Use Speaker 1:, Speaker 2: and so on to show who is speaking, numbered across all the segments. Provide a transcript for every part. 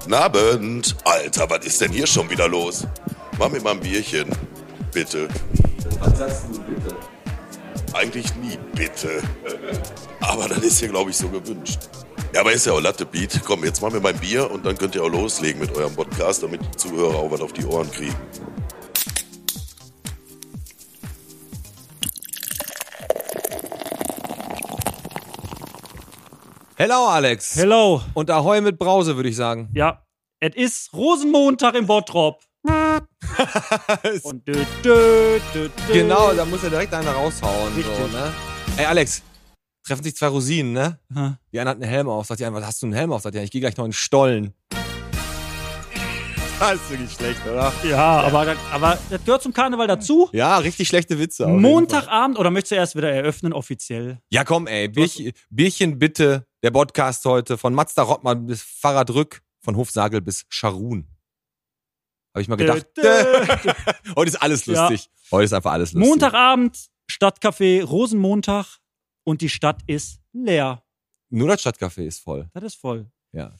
Speaker 1: Guten Abend. Alter, was ist denn hier schon wieder los? Mach mir mal ein Bierchen. Bitte.
Speaker 2: Was sagst du bitte?
Speaker 1: Eigentlich nie bitte. Aber das ist hier, glaube ich, so gewünscht. Ja, aber ist ja auch Latte Beat. Komm, jetzt machen wir mein Bier und dann könnt ihr auch loslegen mit eurem Podcast, damit die Zuhörer auch was auf die Ohren kriegen.
Speaker 3: Hello, Alex.
Speaker 4: Hello.
Speaker 3: Und Ahoi mit Brause, würde ich sagen.
Speaker 4: Ja, es ist Rosenmontag im Bottrop. Und dö, dö, dö, dö.
Speaker 3: Genau, da muss er direkt einer raushauen. So,
Speaker 4: Richtig.
Speaker 3: ne? Ey, Alex, treffen sich zwei Rosinen, ne?
Speaker 4: Ha.
Speaker 3: Die eine hat einen Helm auf, sagt die andere, hast du einen Helm auf? Sagt die andere, ich gehe gleich noch in den Stollen. Das ist wirklich schlecht, oder?
Speaker 4: Ja, Aber, das, aber das gehört zum Karneval dazu.
Speaker 3: Ja, richtig schlechte Witze. auf jeden Fall.
Speaker 4: Montagabend oder möchtest du erst wieder eröffnen offiziell?
Speaker 3: Ja, komm, ey. Bierchen, Bierchen bitte. Der Podcast heute von Mazda Rottmann bis Fahrrad Rück, von Hofsagel bis Scharun. Habe ich mal gedacht.
Speaker 4: Dö, dö.
Speaker 3: Heute ist alles
Speaker 4: Ja.
Speaker 3: lustig. Heute ist einfach alles lustig.
Speaker 4: Montagabend, Stadtcafé Rosenmontag und die Stadt ist leer.
Speaker 3: Nur das Stadtcafé ist voll.
Speaker 4: Das ist voll.
Speaker 3: Ja.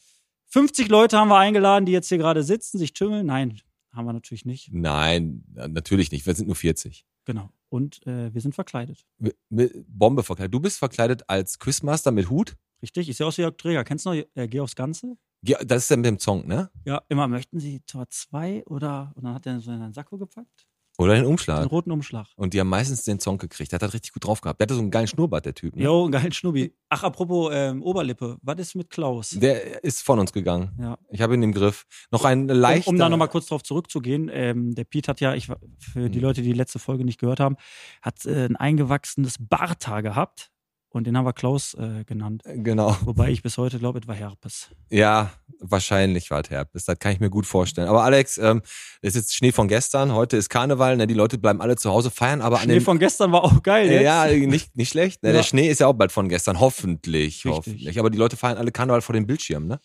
Speaker 4: 50 Leute haben wir eingeladen, die jetzt hier gerade sitzen, sich tümmeln. Nein, haben wir natürlich nicht.
Speaker 3: Nein, natürlich nicht. Wir sind nur 40.
Speaker 4: Genau. Und äh, wir sind verkleidet.
Speaker 3: Wir- wir- Bombe verkleidet. Du bist verkleidet als Quizmaster mit Hut.
Speaker 4: Richtig? Ich sehe aus wie Jörg Träger. Kennst du noch äh, Geh aufs Ganze?
Speaker 3: Ja, Das ist ja mit dem Song, ne?
Speaker 4: Ja, immer möchten sie Tor 2 oder. Und dann hat er so einen Sakko gepackt.
Speaker 3: Oder den
Speaker 4: Den
Speaker 3: Umschlag.
Speaker 4: roten Umschlag.
Speaker 3: Und die haben meistens den Song gekriegt. Der hat das richtig gut drauf gehabt. Der hatte so einen geilen Schnurrbart, der Typ. Ne?
Speaker 4: Jo, einen geilen Schnubi. Ach, apropos ähm, Oberlippe. Was ist mit Klaus?
Speaker 3: Der ist von uns gegangen.
Speaker 4: Ja.
Speaker 3: Ich habe ihn im Griff. Noch ein
Speaker 4: Um,
Speaker 3: leichter.
Speaker 4: um da nochmal kurz drauf zurückzugehen, ähm, der Piet hat ja, ich, wa- für die
Speaker 3: Hm.
Speaker 4: Leute, die die letzte Folge nicht gehört haben, hat äh, ein eingewachsenes Barthaar gehabt und den haben wir Klaus äh, genannt.
Speaker 3: Genau.
Speaker 4: Wobei ich bis heute glaube, es war Herpes.
Speaker 3: Ja, wahrscheinlich war es Herbst. Das kann ich mir gut vorstellen. Aber Alex, ähm, es ist Schnee von gestern. Heute ist Karneval. Ne? Die Leute bleiben alle zu Hause, feiern aber an
Speaker 4: Schnee
Speaker 3: den
Speaker 4: von gestern war auch geil.
Speaker 3: Äh,
Speaker 4: jetzt.
Speaker 3: Ja, nicht, nicht schlecht. Ne?
Speaker 4: Ja.
Speaker 3: Der Schnee ist ja auch bald von gestern, hoffentlich,
Speaker 4: Richtig.
Speaker 3: hoffentlich. Aber die Leute feiern alle Karneval vor dem Bildschirm, ne?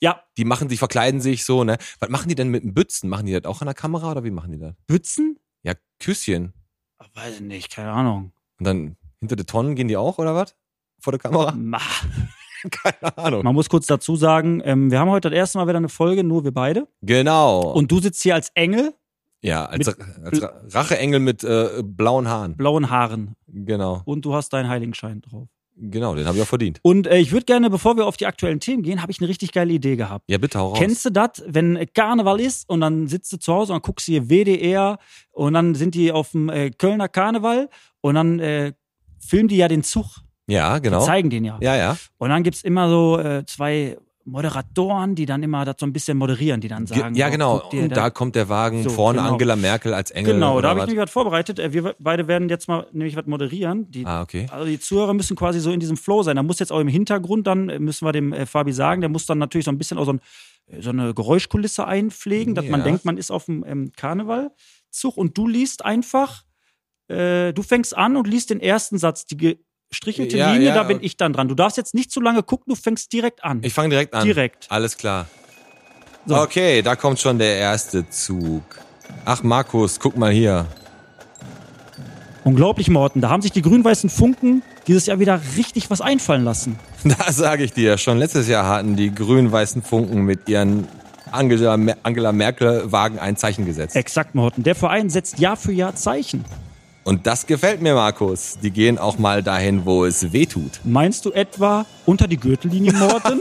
Speaker 4: ja.
Speaker 3: Die machen sich, verkleiden sich so, ne? Was machen die denn mit den Bützen? Machen die das auch an der Kamera oder wie machen die das?
Speaker 4: Bützen?
Speaker 3: Ja, Küsschen.
Speaker 4: Ah, Weiß ich nicht, keine Ahnung.
Speaker 3: Und dann hinter die Tonnen gehen die auch oder was? Vor der Kamera?
Speaker 4: Ma-
Speaker 3: Keine Ahnung.
Speaker 4: Man muss kurz dazu sagen, ähm, wir haben heute das erste Mal wieder eine Folge, nur wir beide.
Speaker 3: Genau.
Speaker 4: Und du sitzt hier als Engel,
Speaker 3: ja, als,
Speaker 4: mit-
Speaker 3: als Ra- Racheengel mit äh, blauen Haaren.
Speaker 4: blauen Haaren
Speaker 3: Genau.
Speaker 4: und du hast deinen Heiligenschein drauf.
Speaker 3: Genau, den habe ich auch verdient.
Speaker 4: Und äh, ich würde gerne, bevor wir auf die aktuellen Themen gehen, habe ich eine richtig geile Idee gehabt.
Speaker 3: Ja, bitte hau raus.
Speaker 4: Kennst du das, wenn äh, Karneval ist und dann sitzt du zu Hause und guckst hier WDR und dann sind die auf dem äh, Kölner Karneval und dann äh, filmen die ja den Zug,
Speaker 3: ja,
Speaker 4: die
Speaker 3: genau.
Speaker 4: zeigen den ja.
Speaker 3: Ja, ja.
Speaker 4: Und dann gibt's immer so äh, zwei Moderatoren, die dann immer das so ein bisschen moderieren, die dann sagen.
Speaker 3: ja,
Speaker 4: so,
Speaker 3: genau.
Speaker 4: guck dir
Speaker 3: Und da kommt der Wagen
Speaker 4: So,
Speaker 3: vorne
Speaker 4: genau.
Speaker 3: Angela Merkel als Engel.
Speaker 4: genau,
Speaker 3: oder
Speaker 4: da habe ich
Speaker 3: was?
Speaker 4: nämlich was vorbereitet. Äh, Wir beide werden jetzt mal nämlich was moderieren. Die,
Speaker 3: Ah, okay.
Speaker 4: Also die Zuhörer müssen quasi so in diesem Flow sein. Da muss jetzt auch im Hintergrund dann, äh, müssen wir dem äh, Fabi sagen, der muss dann natürlich so ein bisschen auch so, ein, äh, so eine Geräuschkulisse einpflegen, dass man
Speaker 3: Ja.
Speaker 4: denkt, man ist auf dem ähm, Karnevalzug und du liest einfach, äh, du fängst an und liest den ersten Satz, die gestrichelte
Speaker 3: Ja,
Speaker 4: Linie,
Speaker 3: ja,
Speaker 4: da bin
Speaker 3: und-
Speaker 4: ich dann dran. Du darfst jetzt nicht zu lange gucken, du fängst direkt an.
Speaker 3: Ich fange direkt an.
Speaker 4: Direkt.
Speaker 3: Alles klar.
Speaker 4: So.
Speaker 3: Okay, da kommt schon der erste Zug. Ach, Markus, guck mal hier.
Speaker 4: Unglaublich, Morten, da haben sich die grün-weißen Funken dieses Jahr wieder richtig was einfallen lassen.
Speaker 3: Da sage ich dir, schon letztes Jahr hatten die grün-weißen Funken mit ihren Angela, Mer- Angela Merkel-Wagen ein Zeichen gesetzt.
Speaker 4: Exakt, Morten. Der Verein setzt Jahr für Jahr Zeichen.
Speaker 3: Und das gefällt mir, Markus. Die gehen auch mal dahin, wo es weh tut.
Speaker 4: Meinst du etwa unter die Gürtellinie, Morten?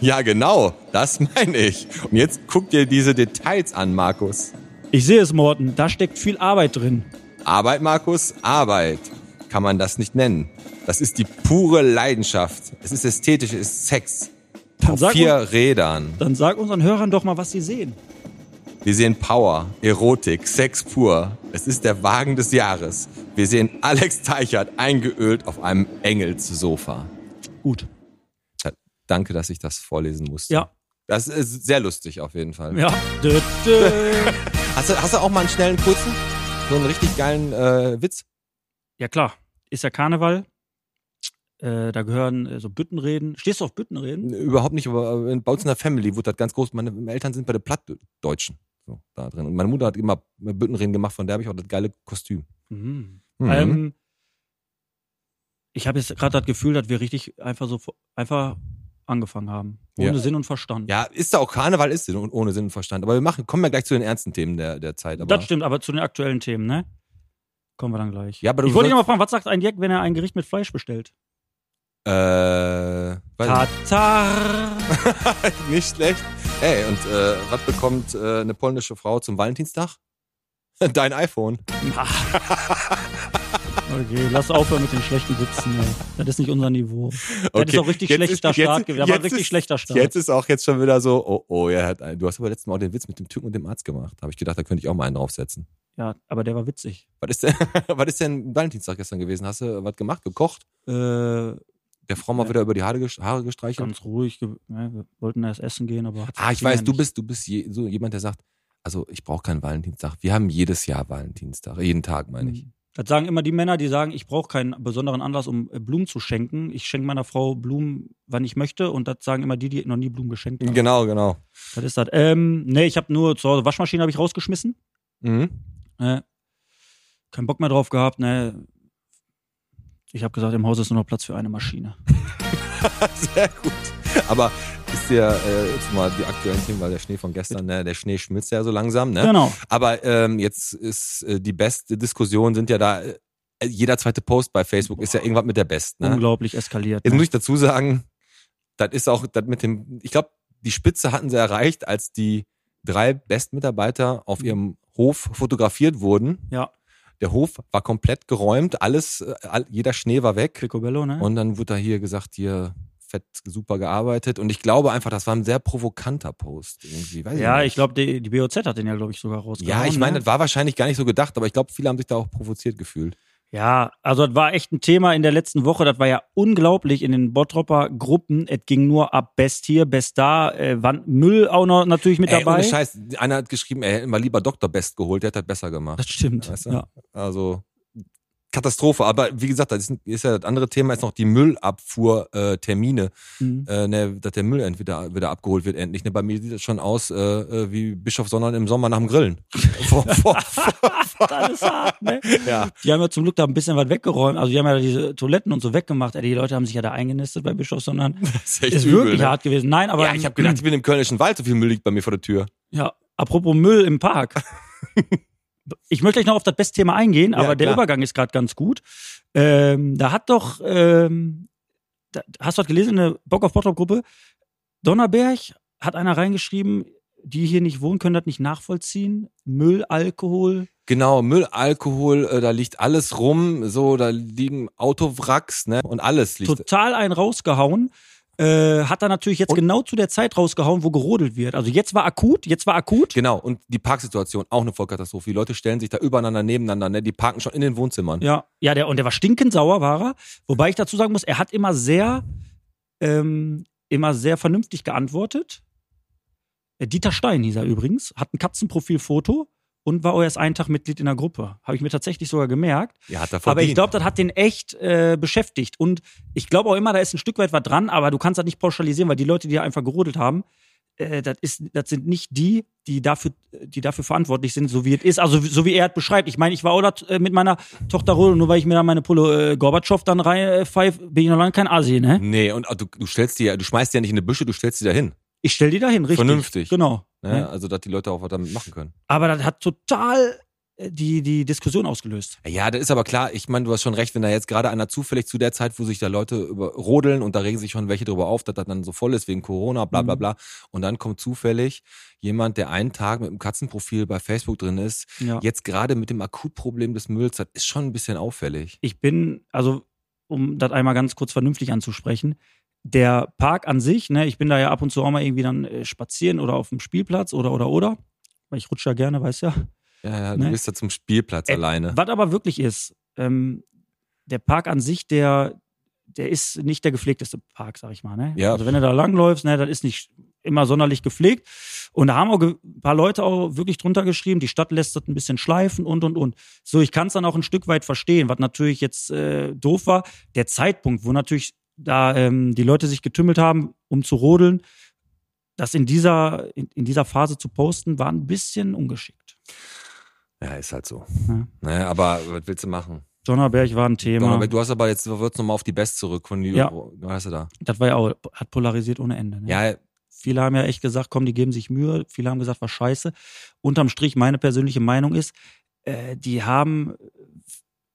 Speaker 3: Ja, genau. Das meine ich. Und jetzt guck dir diese Details an, Markus.
Speaker 4: Ich sehe es, Morten. Da steckt viel Arbeit drin.
Speaker 3: Arbeit, Markus, Arbeit kann man das nicht nennen. Das ist die pure Leidenschaft. Es ist ästhetisch, es ist Sex.
Speaker 4: Dann
Speaker 3: Auf
Speaker 4: sag,
Speaker 3: vier
Speaker 4: uns,
Speaker 3: Rädern.
Speaker 4: dann sag unseren Hörern doch mal, was sie sehen.
Speaker 3: Wir sehen Power, Erotik, Sex pur. Es ist der Wagen des Jahres. Wir sehen Alex Teichert eingeölt auf einem Engelssofa.
Speaker 4: Gut.
Speaker 3: Da- Danke, dass ich das vorlesen musste.
Speaker 4: Ja.
Speaker 3: Das ist sehr lustig auf jeden Fall.
Speaker 4: Ja. Dö, dö.
Speaker 3: Hast, du, hast du auch mal einen schnellen, kurzen? So einen richtig geilen äh, Witz?
Speaker 4: ja, klar. Ist ja Karneval. Äh, da gehören äh, so Büttenreden. Stehst du auf Büttenreden?
Speaker 3: Überhaupt nicht, aber äh, in- bei uns in der Family wurde das ganz groß. Meine Eltern sind bei den Plattdeutschen so, da drin. Und meine Mutter hat immer Büttenreden gemacht, von der habe ich auch das geile Kostüm.
Speaker 4: Mhm.
Speaker 3: Mhm.
Speaker 4: Ähm, ich habe jetzt gerade das Gefühl, dass wir richtig einfach so vor- einfach angefangen haben. Ohne
Speaker 3: Ja.
Speaker 4: Sinn und Verstand.
Speaker 3: Ja, ist da auch Karneval, ist Sinn und ohne Sinn und Verstand. Aber wir machen, kommen ja gleich zu den ernsten Themen der, der Zeit. Aber
Speaker 4: das stimmt, aber zu den aktuellen Themen, ne? Kommen wir dann gleich.
Speaker 3: Ja, aber du
Speaker 4: ich wollte dich
Speaker 3: sollst-
Speaker 4: noch mal fragen, was sagt ein Jack, wenn er ein Gericht mit Fleisch bestellt?
Speaker 3: Äh, weiß
Speaker 4: Tatar.
Speaker 3: nicht, nicht schlecht. Ey, und äh, was bekommt äh, eine polnische Frau zum Valentinstag? Dein iPhone.
Speaker 4: Okay, lass aufhören mit den schlechten Witzen. Ey. Das ist nicht unser Niveau. Das ist auch richtig
Speaker 3: jetzt
Speaker 4: schlechter
Speaker 3: ist- jetzt-
Speaker 4: Start gewesen. Da war
Speaker 3: jetzt
Speaker 4: richtig
Speaker 3: ist-
Speaker 4: schlechter Start.
Speaker 3: Jetzt ist auch jetzt schon wieder so, oh, oh, ja, hat ein- du hast aber letztes Mal auch den Witz mit dem Türken und dem Arzt gemacht. Habe ich gedacht, da könnte ich auch mal einen draufsetzen.
Speaker 4: Ja, aber der war witzig.
Speaker 3: Was ist denn, was ist denn Valentinstag gestern gewesen? Hast du was gemacht, gekocht?
Speaker 4: Äh,
Speaker 3: Der Frau mal wieder über die Haare, ges- Haare gestreichelt?
Speaker 4: ganz ruhig. ge- Ne? Wir wollten erst essen gehen, aber. hat's-
Speaker 3: Ah, ich
Speaker 4: ging
Speaker 3: weiß,
Speaker 4: ja
Speaker 3: du
Speaker 4: nicht.
Speaker 3: bist, du bist je, so jemand, der sagt, also ich brauche keinen Valentinstag. Wir haben jedes Jahr Valentinstag, jeden Tag meine ich.
Speaker 4: Das sagen immer die Männer, die sagen, ich brauche keinen besonderen Anlass, um äh, Blumen zu schenken. Ich schenke meiner Frau Blumen, wann ich möchte. Und das sagen immer die, die noch nie Blumen geschenkt haben.
Speaker 3: Genau, genau.
Speaker 4: Das ist das. Ähm, nee, ich habe nur zu Hause Waschmaschine habe ich rausgeschmissen.
Speaker 3: Mhm.
Speaker 4: Ne? Kein Bock mehr drauf gehabt. Ne? Ich habe gesagt, im Haus ist nur noch Platz für eine Maschine.
Speaker 3: Sehr gut. Aber ist ja äh, jetzt mal die aktuellen Themen, weil der Schnee von gestern, ne, der Schnee schmilzt ja so langsam, ne?
Speaker 4: Genau.
Speaker 3: Aber ähm, jetzt ist äh, die beste Diskussion sind ja da, äh, jeder zweite Post bei Facebook ist ja irgendwas mit der Best, ne?
Speaker 4: Unglaublich eskaliert.
Speaker 3: Jetzt
Speaker 4: ne?
Speaker 3: muss ich dazu sagen, das ist auch das mit dem, ich glaube, die Spitze hatten sie erreicht, als die drei Bestmitarbeiter auf ihrem Hof fotografiert wurden.
Speaker 4: Ja.
Speaker 3: Der Hof war komplett geräumt, alles, äh, all, jeder Schnee war weg.
Speaker 4: Picobello, ne?
Speaker 3: Und dann wurde da hier gesagt, hier fett super gearbeitet. Und ich glaube einfach, das war ein sehr provokanter Post irgendwie. Weiß
Speaker 4: ja,
Speaker 3: nicht.
Speaker 4: ich glaube, die, die BOZ hat den ja, glaube ich, sogar rausgehauen.
Speaker 3: Ja, ich meine,
Speaker 4: ne?
Speaker 3: das war wahrscheinlich gar nicht so gedacht, aber ich glaube, viele haben sich da auch provoziert gefühlt.
Speaker 4: Ja, also das war echt ein Thema in der letzten Woche. Das war ja unglaublich in den Bottropper Gruppen. Es ging nur ab Best hier, Best da. Äh, wann, Müll auch noch natürlich mit
Speaker 3: Ey,
Speaker 4: dabei.
Speaker 3: ohne Scheiß, einer hat geschrieben, er hätte mal lieber Dr. Best geholt, der hat das besser gemacht.
Speaker 4: Das stimmt.
Speaker 3: Weißt du?
Speaker 4: ja.
Speaker 3: Also Katastrophe. Aber wie gesagt, das ist, ist ja das andere Thema, ist noch die Müllabfuhrtermine,
Speaker 4: Mhm.
Speaker 3: äh, ne, dass der Müll entweder wieder abgeholt wird endlich. Ne, bei mir sieht das schon aus äh, äh, wie Bischof Sondern im Sommer nach dem Grillen. Vor- vor-
Speaker 4: Das ist hart, ne?
Speaker 3: ja.
Speaker 4: Die haben ja zum Glück da ein bisschen was weggeräumt. Also die haben ja diese Toiletten und so weggemacht. Ey, die Leute haben sich ja da eingenistet bei Bischof, sondern
Speaker 3: ist echt ne?
Speaker 4: ist wirklich hart gewesen. Nein, aber
Speaker 3: Ja, ich habe gedacht, ich bin im Kölnischen Wald, so viel Müll liegt bei mir vor der Tür.
Speaker 4: Ja, apropos Müll im Park. Ich möchte gleich noch auf das Bestthema eingehen,
Speaker 3: Ja,
Speaker 4: aber der
Speaker 3: klar.
Speaker 4: Übergang ist gerade ganz gut. Ähm, da hat doch, ähm, da, hast du das gelesen in der Bock auf Bottrop-Gruppe? Donnerberg hat einer reingeschrieben, die hier nicht wohnen, können das nicht nachvollziehen. Müll, Alkohol.
Speaker 3: Genau, Müll, Alkohol, äh, da liegt alles rum, so, da liegen Autowracks, ne? Und alles liegt.
Speaker 4: total einen rausgehauen. Äh, hat er natürlich jetzt
Speaker 3: Und-
Speaker 4: genau zu der Zeit rausgehauen, wo gerodelt wird. Also jetzt war akut, jetzt war akut.
Speaker 3: Genau, und die Parksituation, auch eine Vollkatastrophe. Die Leute stellen sich da übereinander, nebeneinander, ne? Die parken schon in den Wohnzimmern.
Speaker 4: Ja, ja, der und der war stinkend sauer, war er. Wobei ich dazu sagen muss, er hat immer sehr, ähm, immer sehr vernünftig geantwortet. Äh, Dieter Stein hieß er übrigens, hat ein Katzenprofilfoto und war auch erst einen Tag Mitglied in der Gruppe. Habe ich mir tatsächlich sogar gemerkt.
Speaker 3: Ja, hat er verdient.
Speaker 4: Aber ich glaube, das hat den echt äh, beschäftigt. Und ich glaube auch immer, da ist ein Stück weit was dran, aber du kannst das nicht pauschalisieren, weil die Leute, die da einfach gerodelt haben, äh, das, ist, das sind nicht die, die dafür, die dafür verantwortlich sind, so wie es ist. Also so wie er es beschreibt. Ich meine, ich war auch dat, äh, mit meiner Tochter rodeln, nur weil ich mir da meine Pulle äh, Gorbatschow dann reinpfeife, bin ich noch lange kein Asi, ne?
Speaker 3: Nee, und ah, du, du stellst die ja, du schmeißt die ja nicht in eine Büsche, du stellst die da hin.
Speaker 4: Ich stell die da hin, richtig.
Speaker 3: Vernünftig.
Speaker 4: Genau.
Speaker 3: Ne?
Speaker 4: Ne?
Speaker 3: Also, dass die Leute auch was damit machen können.
Speaker 4: Aber das hat total äh, die, die Diskussion ausgelöst.
Speaker 3: Ja, das ist aber klar, ich meine, du hast schon recht, wenn da jetzt gerade einer zufällig zu der Zeit, wo sich da Leute über rodeln und da regen sich schon welche drüber auf, dass das dann so voll ist wegen Corona, bla bla
Speaker 4: Mhm.
Speaker 3: bla. Und dann kommt zufällig jemand, der einen Tag mit einem Katzenprofil bei Facebook drin ist,
Speaker 4: Ja.
Speaker 3: jetzt gerade mit dem Akutproblem des Mülls, das ist schon ein bisschen auffällig.
Speaker 4: ich bin, also um das einmal ganz kurz vernünftig anzusprechen, der Park an sich, ne, ich bin da ja ab und zu auch mal irgendwie dann äh, spazieren oder auf dem Spielplatz oder oder oder, weil ich rutsche ja gerne, weißt ja.
Speaker 3: Ja, ja, du
Speaker 4: Ne?
Speaker 3: bist da zum Spielplatz
Speaker 4: Äh,
Speaker 3: alleine.
Speaker 4: Was aber wirklich ist, ähm, der Park an sich, der der ist nicht der gepflegteste Park, sag ich mal. Ne?
Speaker 3: Ja.
Speaker 4: Also wenn du da langläufst, ne, das ist nicht immer sonderlich gepflegt. Und da haben auch ge- ein paar Leute auch wirklich drunter geschrieben, die Stadt lässt das ein bisschen schleifen und und und. So, ich kann es dann auch ein Stück weit verstehen, was natürlich jetzt äh, doof war. Der Zeitpunkt, wo natürlich da ähm, die Leute sich getümmelt haben, um zu rodeln, das in dieser, in, in dieser Phase zu posten, war ein bisschen ungeschickt.
Speaker 3: Ja, ist halt so.
Speaker 4: Ja.
Speaker 3: Ne, aber was willst du machen?
Speaker 4: Donnerberg war ein Thema.
Speaker 3: Donnerberg, du hast aber jetzt, wir würden nochmal auf die Best zurück. Von
Speaker 4: Ja.
Speaker 3: Was hast du da?
Speaker 4: Das war ja auch, hat polarisiert ohne Ende. Ne?
Speaker 3: Ja,
Speaker 4: Viele haben ja echt gesagt, komm, die geben sich Mühe. Viele haben gesagt, war scheiße. Unterm Strich, meine persönliche Meinung ist, äh, die haben,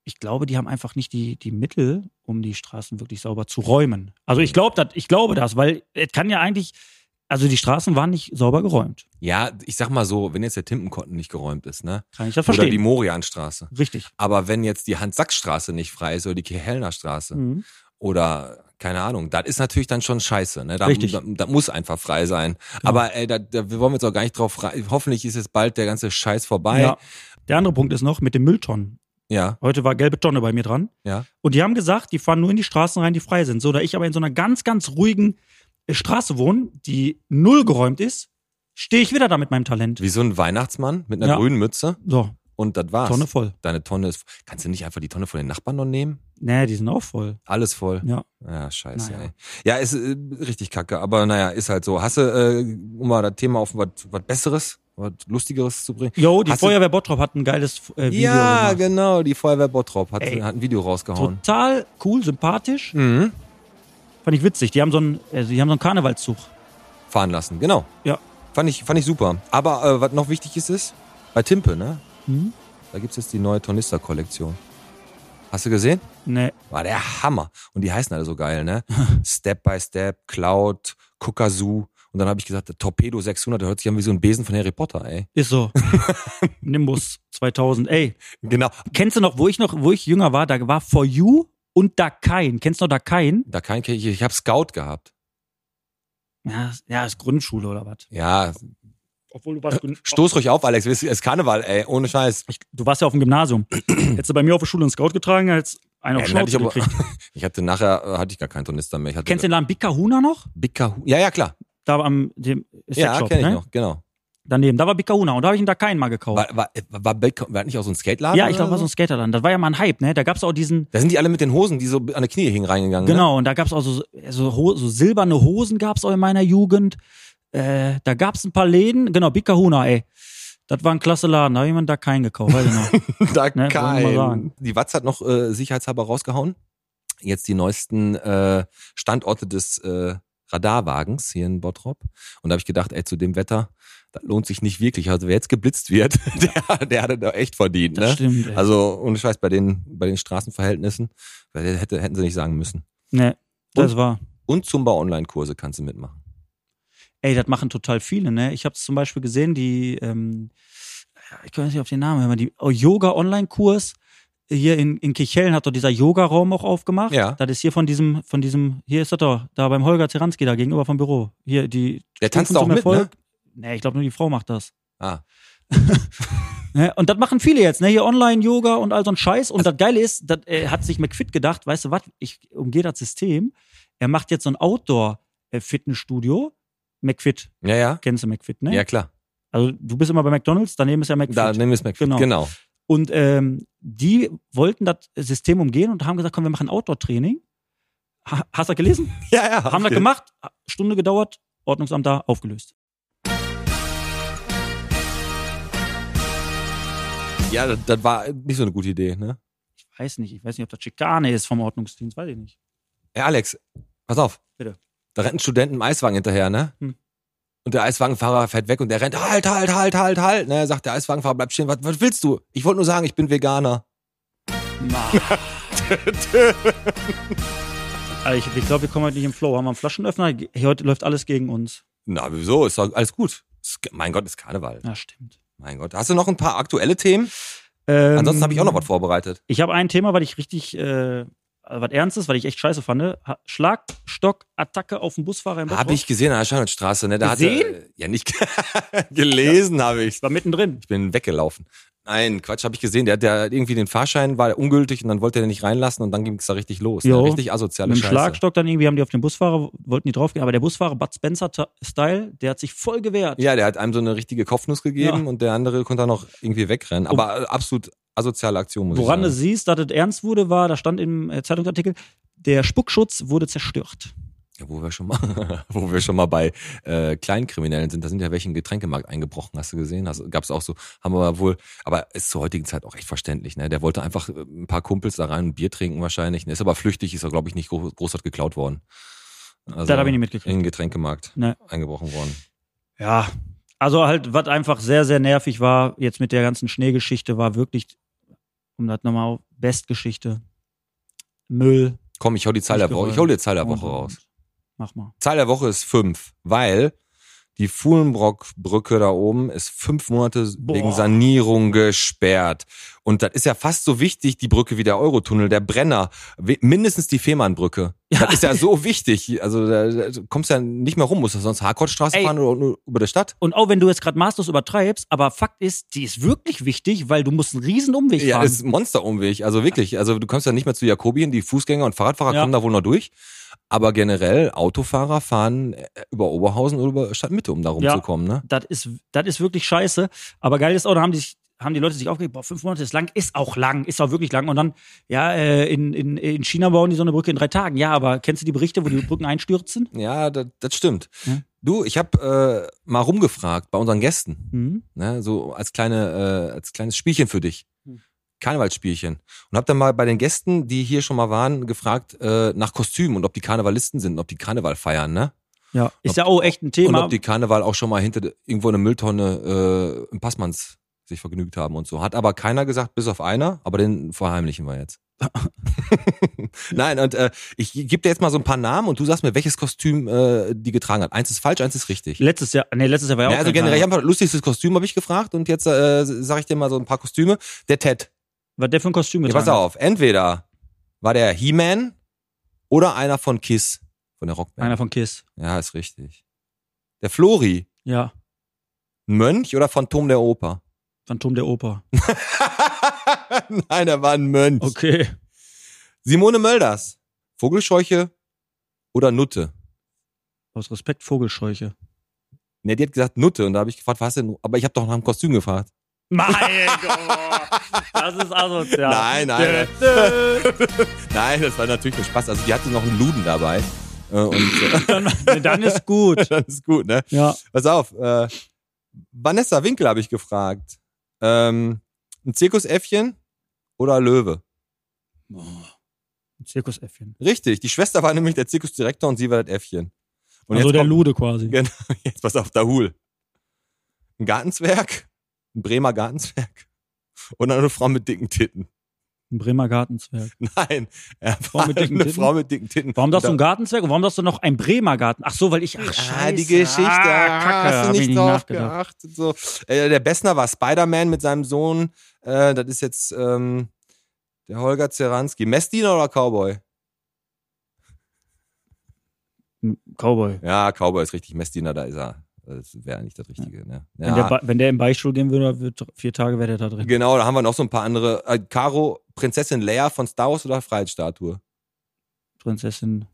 Speaker 4: ich glaube, die haben einfach nicht die, die Mittel, um die Straßen wirklich sauber zu räumen. Also ich glaube das, ich glaube das, weil es kann ja eigentlich, also die Straßen waren nicht sauber geräumt.
Speaker 3: ja, ich sag mal so, wenn jetzt der Timpenkotten nicht geräumt ist, ne?
Speaker 4: Kann ich das
Speaker 3: Oder die
Speaker 4: verstehen.
Speaker 3: Morianstraße.
Speaker 4: Richtig.
Speaker 3: Aber wenn jetzt die Hans-Sachs-Straße nicht frei ist oder die Kehlner Straße
Speaker 4: Mhm.
Speaker 3: oder keine Ahnung, das ist natürlich dann schon scheiße. Ne? Da,
Speaker 4: Richtig. Genau.
Speaker 3: Da, da muss einfach frei sein. Aber ey, da, da wir wollen wir jetzt auch gar nicht drauf rein. Hoffentlich ist jetzt bald der ganze Scheiß vorbei.
Speaker 4: Ja. Der andere Punkt ist noch mit den Mülltonnen.
Speaker 3: ja.
Speaker 4: Heute war gelbe Tonne bei mir dran.
Speaker 3: Ja.
Speaker 4: Und die haben gesagt, die fahren nur in die Straßen rein, die frei sind. So, da ich aber in so einer ganz, ganz ruhigen äh, Straße wohne, die null geräumt ist, stehe ich wieder da mit meinem Talent.
Speaker 3: Wie so ein Weihnachtsmann mit einer
Speaker 4: Ja.
Speaker 3: grünen Mütze
Speaker 4: So,
Speaker 3: und das war's.
Speaker 4: Tonne voll.
Speaker 3: Deine Tonne ist. Kannst du nicht einfach die Tonne von den Nachbarn noch nehmen?
Speaker 4: Nee, die sind auch voll.
Speaker 3: Alles voll.
Speaker 4: Ja.
Speaker 3: Ja, scheiße,
Speaker 4: Naja.
Speaker 3: ey. Ja, ist äh, richtig kacke, aber naja, ist halt so. Hast du, äh, um mal das Thema auf was was Besseres, was Lustigeres zu bringen?
Speaker 4: Jo, die
Speaker 3: Hast du-
Speaker 4: Feuerwehr Bottrop hat ein geiles äh, Video
Speaker 3: ja,
Speaker 4: gemacht.
Speaker 3: genau, die Feuerwehr Bottrop hat,
Speaker 4: Ey.
Speaker 3: hat ein Video rausgehauen.
Speaker 4: Total cool, sympathisch.
Speaker 3: Mhm.
Speaker 4: Fand ich witzig. Die haben so einen, also die haben so einen Karnevalszug.
Speaker 3: Fahren lassen, genau.
Speaker 4: Ja.
Speaker 3: Fand ich, fand ich super. Aber äh, was noch wichtig ist, ist, bei Timpe, ne?
Speaker 4: Mhm.
Speaker 3: Da gibt's jetzt die neue Tornister-Kollektion. Hast du gesehen?
Speaker 4: Nee.
Speaker 3: War der Hammer. Und die heißen alle so geil, ne? Step by Step, Cloud, Kukazoo. Und dann habe ich gesagt, der Torpedo 600, der hört sich an wie so ein Besen von Harry Potter, ey.
Speaker 4: Ist so. Nimbus 2000. Ey,
Speaker 3: Genau.
Speaker 4: kennst du noch, wo ich noch, wo ich jünger war, da war For You und Da Kein. Kennst du noch Da Kein?
Speaker 3: Da kein ich, ich habe Scout gehabt.
Speaker 4: Ja, ist- ja, ist Grundschule oder was? Äh,
Speaker 3: Ja,
Speaker 4: Obwohl du warst,
Speaker 3: stoß ruhig auf, Alex. Es ist Karneval, ey, ohne Scheiß.
Speaker 4: ich, du warst ja auf dem Gymnasium. Hättest du bei mir auf der Schule einen Scout getragen, als einen auf
Speaker 3: Ja,
Speaker 4: ja,
Speaker 3: dann hätte
Speaker 4: Schnauze
Speaker 3: ich aber-
Speaker 4: gekriegt.
Speaker 3: Ich hatte nachher, äh, hatte ich gar keinen Tornister mehr. Ich hatte
Speaker 4: Kennst du den Laden Bikahuna noch?
Speaker 3: Bickerhu- Ja, ja, klar.
Speaker 4: Da am dem
Speaker 3: Ja,
Speaker 4: Sexshop,
Speaker 3: kenne ich
Speaker 4: ne?
Speaker 3: noch, genau.
Speaker 4: Daneben, da war Bikahuna und da habe ich ihn da keinen mal gekauft.
Speaker 3: War, war, war, Bick- war nicht auch so ein Skateladen?
Speaker 4: ja, ich glaube,
Speaker 3: oder
Speaker 4: war so ein Skaterland. Das war ja mal ein Hype, ne? Da gab's auch diesen
Speaker 3: Da sind die alle mit den Hosen, die so an die Knie hingen, reingegangen. Ne?
Speaker 4: Genau, und da gab es auch so, so, Ho- so silberne Hosen gab es auch in meiner Jugend. Äh, da gab es ein paar Läden, genau, Bikahuna, ey. Das war ein klasse Laden, da habe jemand da keinen gekauft, weiß ich noch.
Speaker 3: da
Speaker 4: Ne, wollen wir mal
Speaker 3: kein.
Speaker 4: sagen.
Speaker 3: Die Watz hat noch äh, sicherheitshalber rausgehauen. Jetzt die neuesten äh, Standorte des äh, Radarwagens hier in Bottrop. Und da habe ich gedacht, ey, zu dem Wetter, das lohnt sich nicht wirklich. Also wer jetzt geblitzt wird, der, der hat es doch echt verdient.
Speaker 4: Das
Speaker 3: Ne?
Speaker 4: stimmt. Ey.
Speaker 3: Also ohne Scheiß, bei den, bei den Straßenverhältnissen, weil der hätte, hätten sie nicht sagen müssen.
Speaker 4: ne, das war.
Speaker 3: Und Zumba-Online-Kurse kannst du mitmachen.
Speaker 4: Ey, das machen total viele, ne? Ich habe zum Beispiel gesehen, die, ähm, ich komme nicht auf den Namen, aber die oh, Yoga-Online-Kurs hier in, in Kichellen hat doch dieser Yoga-Raum auch aufgemacht.
Speaker 3: Ja.
Speaker 4: Das ist hier von diesem, von diesem, hier ist das doch, da beim Holger Zeranski, da gegenüber vom Büro. Hier, die.
Speaker 3: Der tanzt
Speaker 4: Stufen
Speaker 3: auch
Speaker 4: zum
Speaker 3: mit,
Speaker 4: Erfolg. Nee, ich glaube nur die Frau macht das.
Speaker 3: ne? Ah,
Speaker 4: Ne? Und das machen viele jetzt, ne? Hier Online-Yoga und all so ein Scheiß. Und
Speaker 3: Also
Speaker 4: das Geile ist, das äh, hat sich McFit gedacht, weißt du was, ich umgehe das System. Er macht jetzt so ein Outdoor-Fitnessstudio. McFit,
Speaker 3: ja, ja.
Speaker 4: kennst du McFit, ne?
Speaker 3: Ja, klar.
Speaker 4: Also du bist immer bei McDonalds, daneben ist ja McFit.
Speaker 3: Da nehmen wir es mal.
Speaker 4: Genau.
Speaker 3: genau.
Speaker 4: und ähm, die wollten das System umgehen und haben gesagt, komm, wir machen Outdoor-Training. Ha hast du das gelesen?
Speaker 3: Ja, ja.
Speaker 4: Haben das
Speaker 3: okay.
Speaker 4: gemacht, Stunde gedauert, Ordnungsamt da, aufgelöst.
Speaker 3: Ja, das, das war nicht so eine gute Idee, ne?
Speaker 4: Ich weiß nicht, ich weiß nicht, ob das Schikane ist vom Ordnungsdienst, weiß ich nicht.
Speaker 3: Ey, Alex, pass auf.
Speaker 4: Bitte.
Speaker 3: Da rennt ein Student im Eiswagen hinterher, ne?
Speaker 4: Hm.
Speaker 3: Und der Eiswagenfahrer fährt weg und der rennt, halt, halt, halt, halt, halt. Ne, sagt der Eiswagenfahrer, bleib stehen, was, was willst du? Ich wollte nur sagen, ich bin Veganer.
Speaker 4: Na. also ich ich glaube, wir kommen heute nicht im Flow. Haben wir einen Flaschenöffner? Ge- Heute läuft alles gegen uns.
Speaker 3: Na, wieso? Ist doch alles gut. Ist, mein Gott, ist Karneval.
Speaker 4: Ja, stimmt.
Speaker 3: Mein Gott. Hast du noch ein paar aktuelle Themen?
Speaker 4: Ähm,
Speaker 3: Ansonsten habe ich auch noch was vorbereitet.
Speaker 4: Ich habe ein Thema, weil ich richtig, äh, was Ernstes, weil ich echt scheiße fand. ne? Ha- Schlag, Stock, Attacke auf den Busfahrer im Bottrop.
Speaker 3: Habe ich gesehen an der Scheinstraße, ne? Da hat
Speaker 4: Gesehen?
Speaker 3: er, ja, nicht gelesen habe ich.
Speaker 4: War mittendrin.
Speaker 3: Ich bin weggelaufen. Nein, Quatsch, habe ich gesehen. Der hat ja irgendwie den Fahrschein, war ungültig und dann wollte er den nicht reinlassen und dann ging es da richtig los. Ne?
Speaker 4: Jo.
Speaker 3: Richtig asoziale
Speaker 4: mit dem
Speaker 3: Scheiße.
Speaker 4: Schlagstock dann irgendwie haben die auf den Busfahrer, wollten die draufgehen. Aber der Busfahrer, Bud Spencer-Style, der hat sich voll gewehrt.
Speaker 3: Ja, der hat einem so eine richtige Kopfnuss gegeben
Speaker 4: Ja.
Speaker 3: und der andere konnte dann noch irgendwie wegrennen. Aber äh, absolut asoziale Aktion, muss
Speaker 4: Woran du
Speaker 3: ich sagen.
Speaker 4: siehst, dass es ernst wurde, war, da stand im äh, Zeitungsartikel, der Spuckschutz wurde zerstört.
Speaker 3: Ja, wo wir schon mal, wo wir schon mal bei äh, Kleinkriminellen sind, da sind ja welche im Getränkemarkt eingebrochen, hast du gesehen? Hast, gab's auch so, haben wir wohl, aber ist zur heutigen Zeit auch echt verständlich, ne? Der wollte einfach äh, ein paar Kumpels da rein und Bier trinken wahrscheinlich. Ne? Ist aber flüchtig, ist er, glaube ich, nicht gro- großartig geklaut worden. Also,
Speaker 4: Das habe ich nicht mitgekriegt.
Speaker 3: In den Getränkemarkt
Speaker 4: Ne.
Speaker 3: eingebrochen worden.
Speaker 4: Ja, also halt, was einfach sehr, sehr nervig war, jetzt mit der ganzen Schneegeschichte, war wirklich, um das nochmal, auf- Bestgeschichte, Müll.
Speaker 3: Komm, ich hau die Zahl der
Speaker 4: Nicht
Speaker 3: Woche. Ich
Speaker 4: geräumt.
Speaker 3: hol die Zahl der Woche
Speaker 4: Und-
Speaker 3: raus.
Speaker 4: Mach mal.
Speaker 3: Zahl der Woche ist fünf, weil die Fuhlenbrock-Brücke da oben ist fünf Monate wegen
Speaker 4: Boah.
Speaker 3: Sanierung gesperrt. Und das ist ja fast so wichtig, die Brücke wie der Eurotunnel, der Brenner, we- mindestens die Fehmarnbrücke. Das ist ja so wichtig. Also da, da kommst ja nicht mehr rum, musst du sonst Harkortstraße
Speaker 4: Ey.
Speaker 3: fahren oder nur über der Stadt.
Speaker 4: Und auch wenn du jetzt gerade maßlos übertreibst, aber Fakt ist, die ist wirklich wichtig, weil du musst einen riesen Umweg
Speaker 3: Ja,
Speaker 4: fahren.
Speaker 3: ist ein Monsterumweg. Also wirklich. Also du kommst ja nicht mehr zu Jakobien. Die Fußgänger und Fahrradfahrer
Speaker 4: Ja.
Speaker 3: kommen da wohl noch durch. Aber generell, Autofahrer fahren äh, über Oberhausen oder über Stadtmitte, um da rumzukommen. Ne?
Speaker 4: das ist, das ist wirklich scheiße. Aber geil ist auch, da haben die, sich- haben die Leute sich aufgeregt, boah, fünf Monate ist lang, ist auch lang, ist auch wirklich lang. Und dann, ja, äh, in, in, in China bauen die so eine Brücke in drei Tagen. Ja, aber kennst du die Berichte, wo die Brücken einstürzen?
Speaker 3: Ja, das, das stimmt.
Speaker 4: Ja.
Speaker 3: Du, ich habe äh, mal rumgefragt bei unseren Gästen,
Speaker 4: Mhm.
Speaker 3: ne, so als kleine, äh, als kleines Spielchen für dich,
Speaker 4: Hm.
Speaker 3: Karnevalsspielchen, und habe dann mal bei den Gästen, die hier schon mal waren, gefragt äh, nach Kostümen und ob die Karnevalisten sind, und ob die Karneval feiern, ne?
Speaker 4: Ja.
Speaker 3: Ob-
Speaker 4: Ist ja auch echt ein
Speaker 3: und
Speaker 4: Thema.
Speaker 3: ob die Karneval auch schon mal hinter de- irgendwo in der Mülltonne äh, im Passmanns sich vergnügt haben und so. Hat aber keiner gesagt, bis auf einer, aber den verheimlichen wir jetzt. Nein, und äh, ich gebe dir jetzt mal so ein paar Namen und du sagst mir, welches Kostüm äh, die getragen hat. Eins ist falsch, eins ist richtig.
Speaker 4: letztes Jahr, nee, letztes Jahr war ja
Speaker 3: Ja,
Speaker 4: auch
Speaker 3: also
Speaker 4: kein
Speaker 3: generell, ich
Speaker 4: Karneval.
Speaker 3: hab ein lustigstes Kostüm habe ich gefragt und jetzt äh, sage ich dir mal so ein paar Kostüme. Der Ted,
Speaker 4: Was der für ein Kostüm
Speaker 3: ja,
Speaker 4: getragen
Speaker 3: pass auf, entweder war der He-Man oder einer von Kiss, von der
Speaker 4: hat? Einer
Speaker 3: Rockband.
Speaker 4: von Kiss.
Speaker 3: ja, ist richtig. Der Flori,
Speaker 4: Ja.
Speaker 3: ein Mönch oder Phantom der Oper?
Speaker 4: Phantom der Oper.
Speaker 3: Nein, er war ein Mönch.
Speaker 4: Okay.
Speaker 3: Simone Mölders, Vogelscheuche oder Nutte?
Speaker 4: Aus Respekt Vogelscheuche.
Speaker 3: Ne, die hat gesagt Nutte und da habe ich gefragt, was hast du denn? Aber ich habe doch nach dem Kostüm gefragt.
Speaker 4: Mein Gott. Das ist asozial.
Speaker 3: Nein, nein.
Speaker 4: Dö,
Speaker 3: Nein, das war natürlich nur Spaß. Also die hatte noch einen Luden dabei. Äh, Und äh,
Speaker 4: dö. Dann ist gut.
Speaker 3: das ist gut, ne?
Speaker 4: Ja.
Speaker 3: Pass auf. Äh, Vanessa Winkel habe ich gefragt. Ähm, ein Zirkusäffchen oder Löwe?
Speaker 4: Ein Zirkusäffchen.
Speaker 3: Richtig, die Schwester war nämlich der Zirkusdirektor und sie war das Äffchen. Und
Speaker 4: also
Speaker 3: jetzt
Speaker 4: der
Speaker 3: kommt-
Speaker 4: Lude quasi.
Speaker 3: Genau, jetzt pass auf, Dahul. Ein Gartenzwerg, ein Bremer Gartenzwerg und eine Frau mit dicken Titten.
Speaker 4: Ein Bremer Gartenzwerg.
Speaker 3: Nein, er
Speaker 4: Frau
Speaker 3: war
Speaker 4: mit dicken
Speaker 3: eine
Speaker 4: Titten?
Speaker 3: Frau mit dicken Titten.
Speaker 4: Warum darfst du
Speaker 3: Und
Speaker 4: einen Gartenzwerg und warum darfst du noch einen Bremer Garten? Ach so, weil ich. Ach,
Speaker 3: da- ah,
Speaker 4: scheiße.
Speaker 3: die Geschichte, ah,
Speaker 4: Ah, Kacke,
Speaker 3: hast
Speaker 4: hab
Speaker 3: du
Speaker 4: ich
Speaker 3: nicht drauf
Speaker 4: nachgedacht.
Speaker 3: geachtet. So. Äh, der Bessner war Spider-Man mit seinem Sohn. Äh, das ist jetzt ähm, der Holger Zeranski. Messdiener oder Cowboy?
Speaker 4: Cowboy.
Speaker 3: Ja, Cowboy ist richtig. Messdiener, da ist er. Das wäre eigentlich das Richtige. Ne? Ja.
Speaker 4: Wenn, der, Ba- wenn der im Beichtstuhl gehen würde, wird, vier Tage wäre der da drin.
Speaker 3: Genau, da haben wir noch so ein paar andere. Äh, Caro, Prinzessin Leia von Star Wars oder Freiheitsstatue?
Speaker 4: Prinzessin.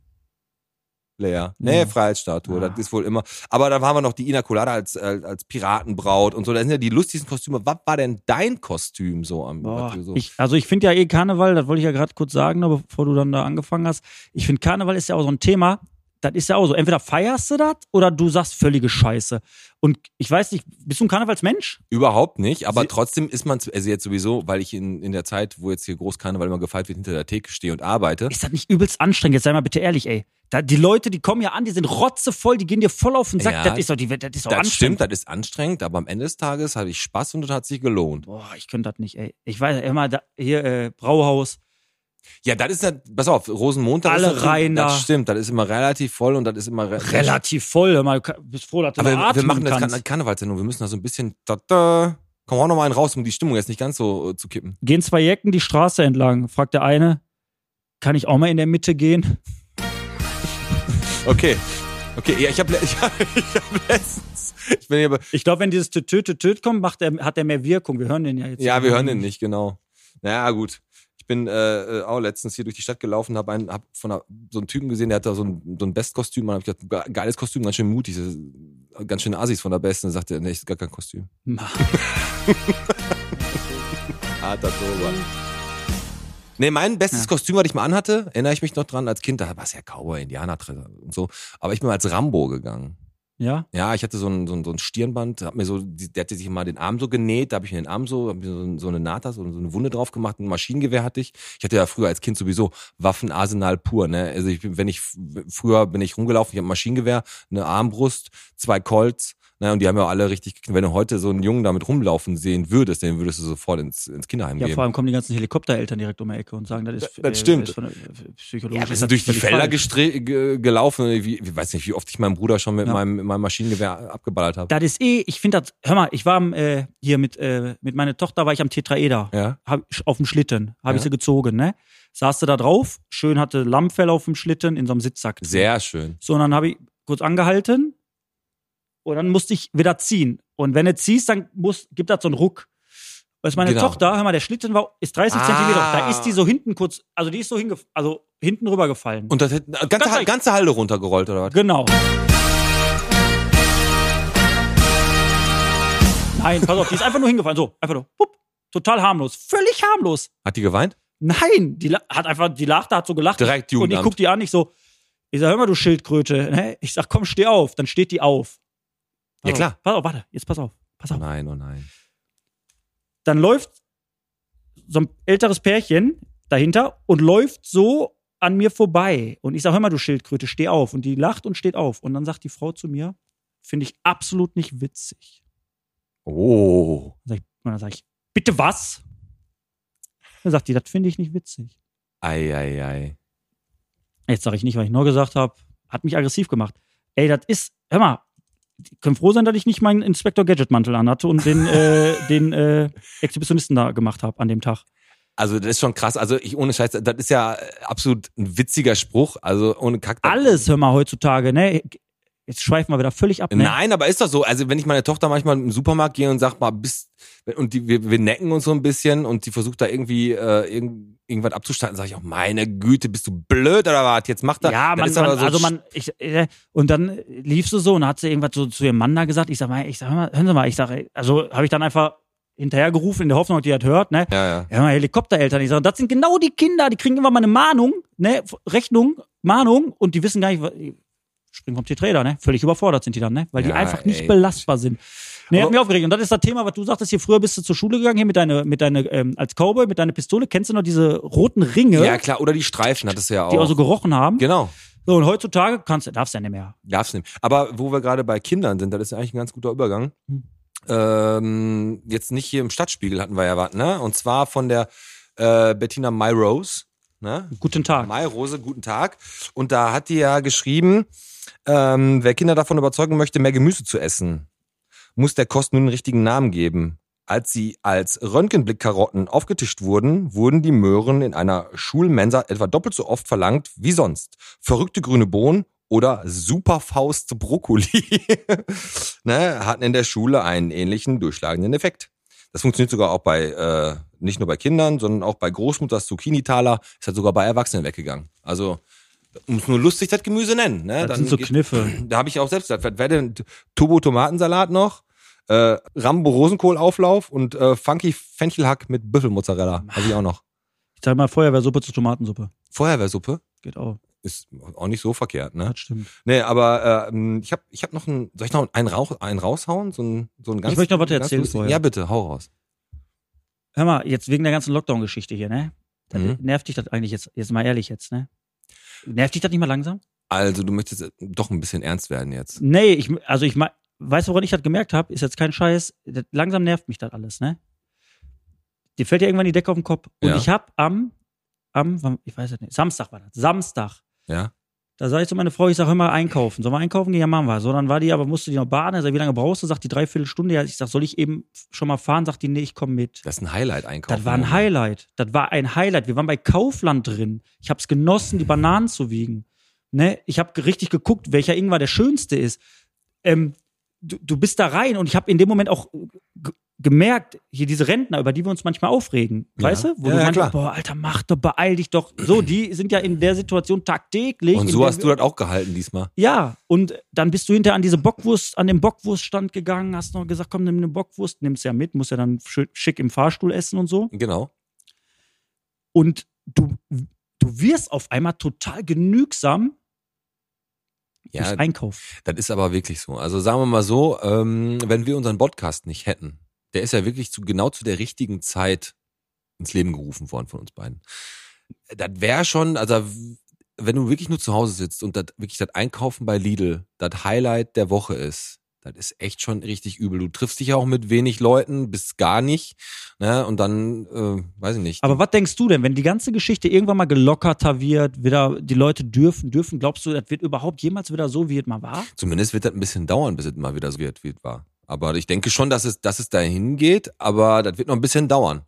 Speaker 3: Leia. Nee,
Speaker 4: Ja.
Speaker 3: Freiheitsstatue,
Speaker 4: Ah.
Speaker 3: das ist wohl immer. Aber da haben wir noch die Ina Colada als, als, als Piratenbraut und so. Da sind ja die lustigsten Kostüme. Was war denn dein Kostüm so am was
Speaker 4: Boah,
Speaker 3: du so?
Speaker 4: ich, also ich finde ja eh Karneval, das wollte ich ja gerade kurz sagen, noch bevor du dann da angefangen hast. Ich finde Karneval ist ja auch so ein Thema, das ist ja auch so. Entweder feierst du das oder du sagst völlige Scheiße. Und ich weiß nicht, bist du ein Karnevalsmensch?
Speaker 3: Überhaupt nicht, aber
Speaker 4: Sie-
Speaker 3: trotzdem ist man, also jetzt sowieso, weil ich in, in der Zeit, wo jetzt hier Großkarneval immer gefeiert wird, hinter der Theke stehe und arbeite.
Speaker 4: Ist das nicht übelst anstrengend? Jetzt sei mal bitte ehrlich, ey. Da, die Leute, die kommen ja an, die sind rotzevoll, die gehen dir voll auf den Sack.
Speaker 3: Ja,
Speaker 4: das ist doch, die, das ist doch
Speaker 3: Das
Speaker 4: anstrengend.
Speaker 3: stimmt, das ist anstrengend, aber am Ende des Tages hatte ich Spaß und das hat sich gelohnt.
Speaker 4: Boah, ich könnte das nicht, ey. Ich weiß immer, da, hier, äh, Brauhaus.
Speaker 3: Ja, das ist, nat- pass auf, Rosenmontag
Speaker 4: Alle
Speaker 3: ist natürlich-
Speaker 4: rein da.
Speaker 3: Das stimmt, das ist immer relativ voll und das ist immer re-
Speaker 4: Relativ voll. hör Mal, du bist froh, dass du
Speaker 3: Aber
Speaker 4: mal
Speaker 3: wir, wir
Speaker 4: atmen
Speaker 3: machen das
Speaker 4: kannst.
Speaker 3: eine Karnevalssendung. Wir müssen da so ein bisschen. Da, da, komm, hau noch mal einen raus, um die Stimmung jetzt nicht ganz so äh, zu kippen.
Speaker 4: gehen zwei Jecken die Straße entlang. Fragt der eine, kann ich auch mal in der Mitte gehen?
Speaker 3: Okay. Okay, ja, ich habe ich hab, ich hab letztens. Ich bin hier, bei-
Speaker 4: Ich glaube, wenn dieses Tötöt, Tötöt kommt, macht der, hat der mehr Wirkung. Wir hören den ja jetzt.
Speaker 3: ja, wir hören den nicht, genau. Naja, gut. Ich bin äh, äh, auch letztens hier durch die Stadt gelaufen, habe einen, hab von einer, so einen Typen gesehen, der hat da so ein, so ein Best-Kostüm. Und hab ich gedacht, ge- geiles Kostüm, ganz schön mutig. das ist Ganz schön Asis von der Besten. Und sagte er, nee, ist gar kein Kostüm.
Speaker 4: Mann.
Speaker 3: Harter Tober. Nee, mein bestes Kostüm, was ich mal anhatte, erinnere ich mich noch dran, als Kind, da war es ja Cowboy, Indianer und so. Aber ich bin mal als Rambo gegangen.
Speaker 4: Ja?
Speaker 3: Ja, ich hatte so ein, so ein, so ein Stirnband, hab mir so, die- der hatte sich mal den Arm so genäht, da habe ich mir den Arm so, hab mir so, ein- so eine Naht, da, so, so eine Wunde drauf gemacht, ein Maschinengewehr hatte ich. Ich hatte ja früher als Kind sowieso Waffenarsenal pur, ne? Also ich, bin- wenn ich, f- früher bin ich rumgelaufen, ich habe ein Maschinengewehr, eine Armbrust, zwei Colts, ne? Und die haben ja alle richtig, geknallt. wenn du heute so einen Jungen damit rumlaufen sehen würdest, den würdest du sofort ins, ins Kinderheim
Speaker 4: Ja,
Speaker 3: geben.
Speaker 4: vor allem kommen die ganzen Helikoptereltern direkt um die Ecke und sagen, das ist,
Speaker 3: Ja, das stimmt.
Speaker 4: ist von, der- äh, psychologisch.
Speaker 3: Ja, wir
Speaker 4: ist
Speaker 3: sind
Speaker 4: das
Speaker 3: durch die
Speaker 4: völlig
Speaker 3: Felder
Speaker 4: falsch.
Speaker 3: gestre- ge gelaufen. Wie, ich weiß nicht, wie oft ich meinen Bruder schon mit
Speaker 4: Ja.
Speaker 3: meinem, meinem Maschinengewehr abgeballert habe.
Speaker 4: Das ist eh, ich finde das, hör mal, ich war am, äh, hier mit, äh, mit meiner Tochter, war ich am Tetraeder.
Speaker 3: Ja.
Speaker 4: Hab, ich- auf dem Schlitten, habe
Speaker 3: Ja.
Speaker 4: ich sie gezogen, ne? Saß sie da drauf, schön hatte Lammfell auf dem Schlitten in so einem Sitzsack.
Speaker 3: Sehr schön.
Speaker 4: So, und dann habe ich kurz angehalten und dann musste ich wieder ziehen. Und wenn du ziehst, dann muss, gibt das so einen Ruck. Weil meine
Speaker 3: Genau.
Speaker 4: Tochter, hör mal, der Schlitten war, ist 30
Speaker 3: Ah.
Speaker 4: Zentimeter hoch. Da ist die so hinten kurz, also die ist so hinge, also hinten rübergefallen.
Speaker 3: Und das hätte ganze,
Speaker 4: Ganz
Speaker 3: ganze,
Speaker 4: leicht.
Speaker 3: Halle runtergerollt, oder was?
Speaker 4: Genau. Nein, pass auf, die ist einfach nur hingefallen. So, einfach nur. Pup, total harmlos. Völlig harmlos.
Speaker 3: Hat die geweint?
Speaker 4: Nein, die la- hat einfach, die lachte, hat so gelacht.
Speaker 3: Direkt
Speaker 4: Und ich
Speaker 3: Jugendamt.
Speaker 4: guck die an, ich so, ich sag, hör mal, du Schildkröte. Ne? Ich sag, komm, steh auf. Dann steht die auf.
Speaker 3: Ja,
Speaker 4: Pass
Speaker 3: klar.
Speaker 4: Auf, pass auf, warte, jetzt pass auf. Pass
Speaker 3: Oh
Speaker 4: auf.
Speaker 3: nein, oh nein.
Speaker 4: Dann läuft so ein älteres Pärchen dahinter und läuft so an mir vorbei. Und ich sag, hör mal, du Schildkröte, steh auf. Und die lacht und steht auf. Und dann sagt die Frau zu mir, finde ich absolut nicht witzig.
Speaker 3: Oh.
Speaker 4: Dann sag ich, und dann sag ich, bitte was? Dann sagt die, das finde ich nicht witzig.
Speaker 3: Ei, ei, ei.
Speaker 4: Jetzt sage ich nicht, was ich nur gesagt habe. Hat mich aggressiv gemacht. Ey, das ist, hör mal, die können froh sein, dass ich nicht meinen Inspector Gadget-Mantel anhatte und den, äh, den äh, Exhibitionisten da gemacht habe an dem Tag.
Speaker 3: Also das ist schon krass. Also ich ohne Scheiß, das ist ja äh, absolut ein witziger Spruch. Also ohne Kack. das-
Speaker 4: Alles, hör mal, heutzutage, ne? Jetzt schweifen wir wieder völlig ab, ne?
Speaker 3: Nein, aber ist doch so. Also wenn ich meine Tochter manchmal im Supermarkt gehe und sag mal, bist und die, wir, wir necken uns so ein bisschen und die versucht da irgendwie äh, irgend, irgendwas abzustatten, sage ich auch, meine Güte, bist du blöd oder was? Jetzt macht er.
Speaker 4: Ja,
Speaker 3: Dann
Speaker 4: man,
Speaker 3: ist aber
Speaker 4: man,
Speaker 3: so
Speaker 4: also man, ich, äh, und dann lief sie so und hat sie irgendwas so zu ihrem Mann da gesagt. Ich sag mal, ich sag hör mal, hören Sie mal, ich sag, ey, also habe ich dann einfach hinterhergerufen in der Hoffnung, die hat hört, ne?
Speaker 3: Ja, ja.
Speaker 4: Ja, meine Helikoptereltern, ich sage, das sind genau die Kinder, die kriegen immer mal eine Mahnung, ne, Rechnung, Mahnung und die wissen gar nicht, wa- springen vom T-Trader, ne? Völlig überfordert sind die dann, ne? Weil die
Speaker 3: Ja,
Speaker 4: einfach
Speaker 3: ey.
Speaker 4: nicht belastbar sind. Ne,
Speaker 3: Aber-
Speaker 4: hat mich aufgeregt. Und das ist das Thema, was du sagtest, hier früher bist du zur Schule gegangen, hier mit deiner, mit deiner, ähm, als Cowboy, mit deiner Pistole, kennst du noch diese roten Ringe,
Speaker 3: Ja, klar, oder die Streifen hattest du ja auch.
Speaker 4: die auch so gerochen haben?
Speaker 3: genau,
Speaker 4: So, und heutzutage kannst du, darfst du ja nicht mehr.
Speaker 3: darf's nehmen. Aber wo wir gerade bei Kindern sind, das ist ja eigentlich ein ganz guter Übergang.
Speaker 4: Hm.
Speaker 3: Ähm, jetzt nicht hier im Stadtspiegel hatten wir ja was, ne? Und zwar von der äh, Bettina Myrose, ne?
Speaker 4: Guten Tag.
Speaker 3: Mai Rose, guten Tag. Und da hat die ja geschrieben, ähm, wer Kinder davon überzeugen möchte, mehr Gemüse zu essen, muss der Kost nun den richtigen Namen geben. Als sie als Röntgenblickkarotten aufgetischt wurden, wurden die Möhren in einer Schulmensa etwa doppelt so oft verlangt wie sonst. Verrückte grüne Bohnen oder Superfaust Brokkoli ne, hatten in der Schule einen ähnlichen durchschlagenden Effekt. Das funktioniert sogar auch bei, äh, nicht nur bei Kindern, sondern auch bei Großmutters Zucchini-Taler. Ist halt sogar bei Erwachsenen weggegangen. Also, muss nur lustig das Gemüse nennen. Ne?
Speaker 4: Das sind so
Speaker 3: geht-
Speaker 4: Kniffe.
Speaker 3: da habe ich auch selbst gesagt, was wäre denn Turbo-Tomatensalat noch? Äh, Rambo-Rosenkohlauflauf und äh, Funky Fenchelhack mit Büffelmozzarella. Habe ich auch noch.
Speaker 4: Ich sag mal Feuerwehrsuppe zur Tomatensuppe.
Speaker 3: Feuerwehrsuppe
Speaker 4: Geht auch.
Speaker 3: ist auch nicht so verkehrt, ne?
Speaker 4: Das stimmt.
Speaker 3: Nee, aber ähm, ich habe ich hab noch einen, soll ich noch einen, Rauch, einen raushauen? So einen, so einen ganz,
Speaker 4: möchte noch was
Speaker 3: ganz
Speaker 4: erzählen
Speaker 3: lustigen-
Speaker 4: vorher.
Speaker 3: Ja, bitte, hau raus.
Speaker 4: Hör mal, jetzt wegen der ganzen Lockdown-Geschichte hier, ne? Das
Speaker 3: Mhm.
Speaker 4: Nervt dich das eigentlich jetzt, jetzt mal ehrlich jetzt, ne? Nervt dich das nicht mal langsam?
Speaker 3: Also, du möchtest äh, doch ein bisschen ernst werden jetzt.
Speaker 4: Nee, ich, also ich mein- weißt du, woran ich das gemerkt habe? Ist jetzt kein Scheiß. Das, langsam nervt mich das alles, ne? Dir fällt ja irgendwann die Decke auf den Kopf. Und
Speaker 3: Ja.
Speaker 4: ich hab am, am, wann- ich weiß es nicht, Samstag war das. Samstag.
Speaker 3: Ja?
Speaker 4: Da sage ich zu meiner Frau, ich sage, hör mal einkaufen. Sollen wir einkaufen gehen? Ja, machen wir. So, dann war die, aber musste die noch baden. Er sagt, wie lange brauchst du? Sagt die Dreiviertelstunde. Ja, ich sag, soll ich eben schon mal fahren? Sagt die, nee, ich komme mit.
Speaker 3: Das ist ein Highlight-Einkauf.
Speaker 4: Das war ein Highlight. Das war ein Highlight. Wir waren bei Kaufland drin. Ich habe es genossen, die Bananen zu wiegen. Ne? Ich habe richtig geguckt, welcher Ingwer der schönste ist. Ähm, du, du bist da rein und ich habe in dem Moment auch g- gemerkt, hier diese Rentner, über die wir uns manchmal aufregen,
Speaker 3: Ja.
Speaker 4: weißt du? Wo
Speaker 3: Ja,
Speaker 4: du
Speaker 3: ja,
Speaker 4: manchmal,
Speaker 3: klar.
Speaker 4: boah, Alter, mach doch, beeil dich doch. So, die sind ja in der Situation tagtäglich.
Speaker 3: Und
Speaker 4: in
Speaker 3: so
Speaker 4: der
Speaker 3: hast
Speaker 4: wir-
Speaker 3: du das auch gehalten diesmal.
Speaker 4: ja, und dann bist du hinter an diese Bockwurst, an den Bockwurststand gegangen, hast noch gesagt, komm, nimm eine Bockwurst, nimm's ja mit, musst ja dann schön, schick im Fahrstuhl essen und so.
Speaker 3: Genau.
Speaker 4: Und du, du wirst auf einmal total genügsam
Speaker 3: Ja,
Speaker 4: durchs Einkauf.
Speaker 3: Das ist aber wirklich so. Also sagen wir mal so, ähm, wenn wir unseren Podcast nicht hätten, der ist ja wirklich zu, genau zu der richtigen Zeit ins Leben gerufen worden von uns beiden. Das wäre schon, also wenn du wirklich nur zu Hause sitzt und das wirklich das Einkaufen bei Lidl, das Highlight der Woche ist, das ist echt schon richtig übel. Du triffst dich ja auch mit wenig Leuten, bis gar nicht, ne? Und dann, äh, weiß ich nicht.
Speaker 4: Aber was denkst du denn, wenn die ganze Geschichte irgendwann mal gelockerter wird, wieder die Leute dürfen, dürfen, glaubst du, das wird überhaupt jemals wieder so, wie es mal war?
Speaker 3: Zumindest wird das ein bisschen dauern, bis es mal wieder so wird, wie es war. Aber ich denke schon, dass es, dass es dahin geht, aber das wird noch ein bisschen dauern.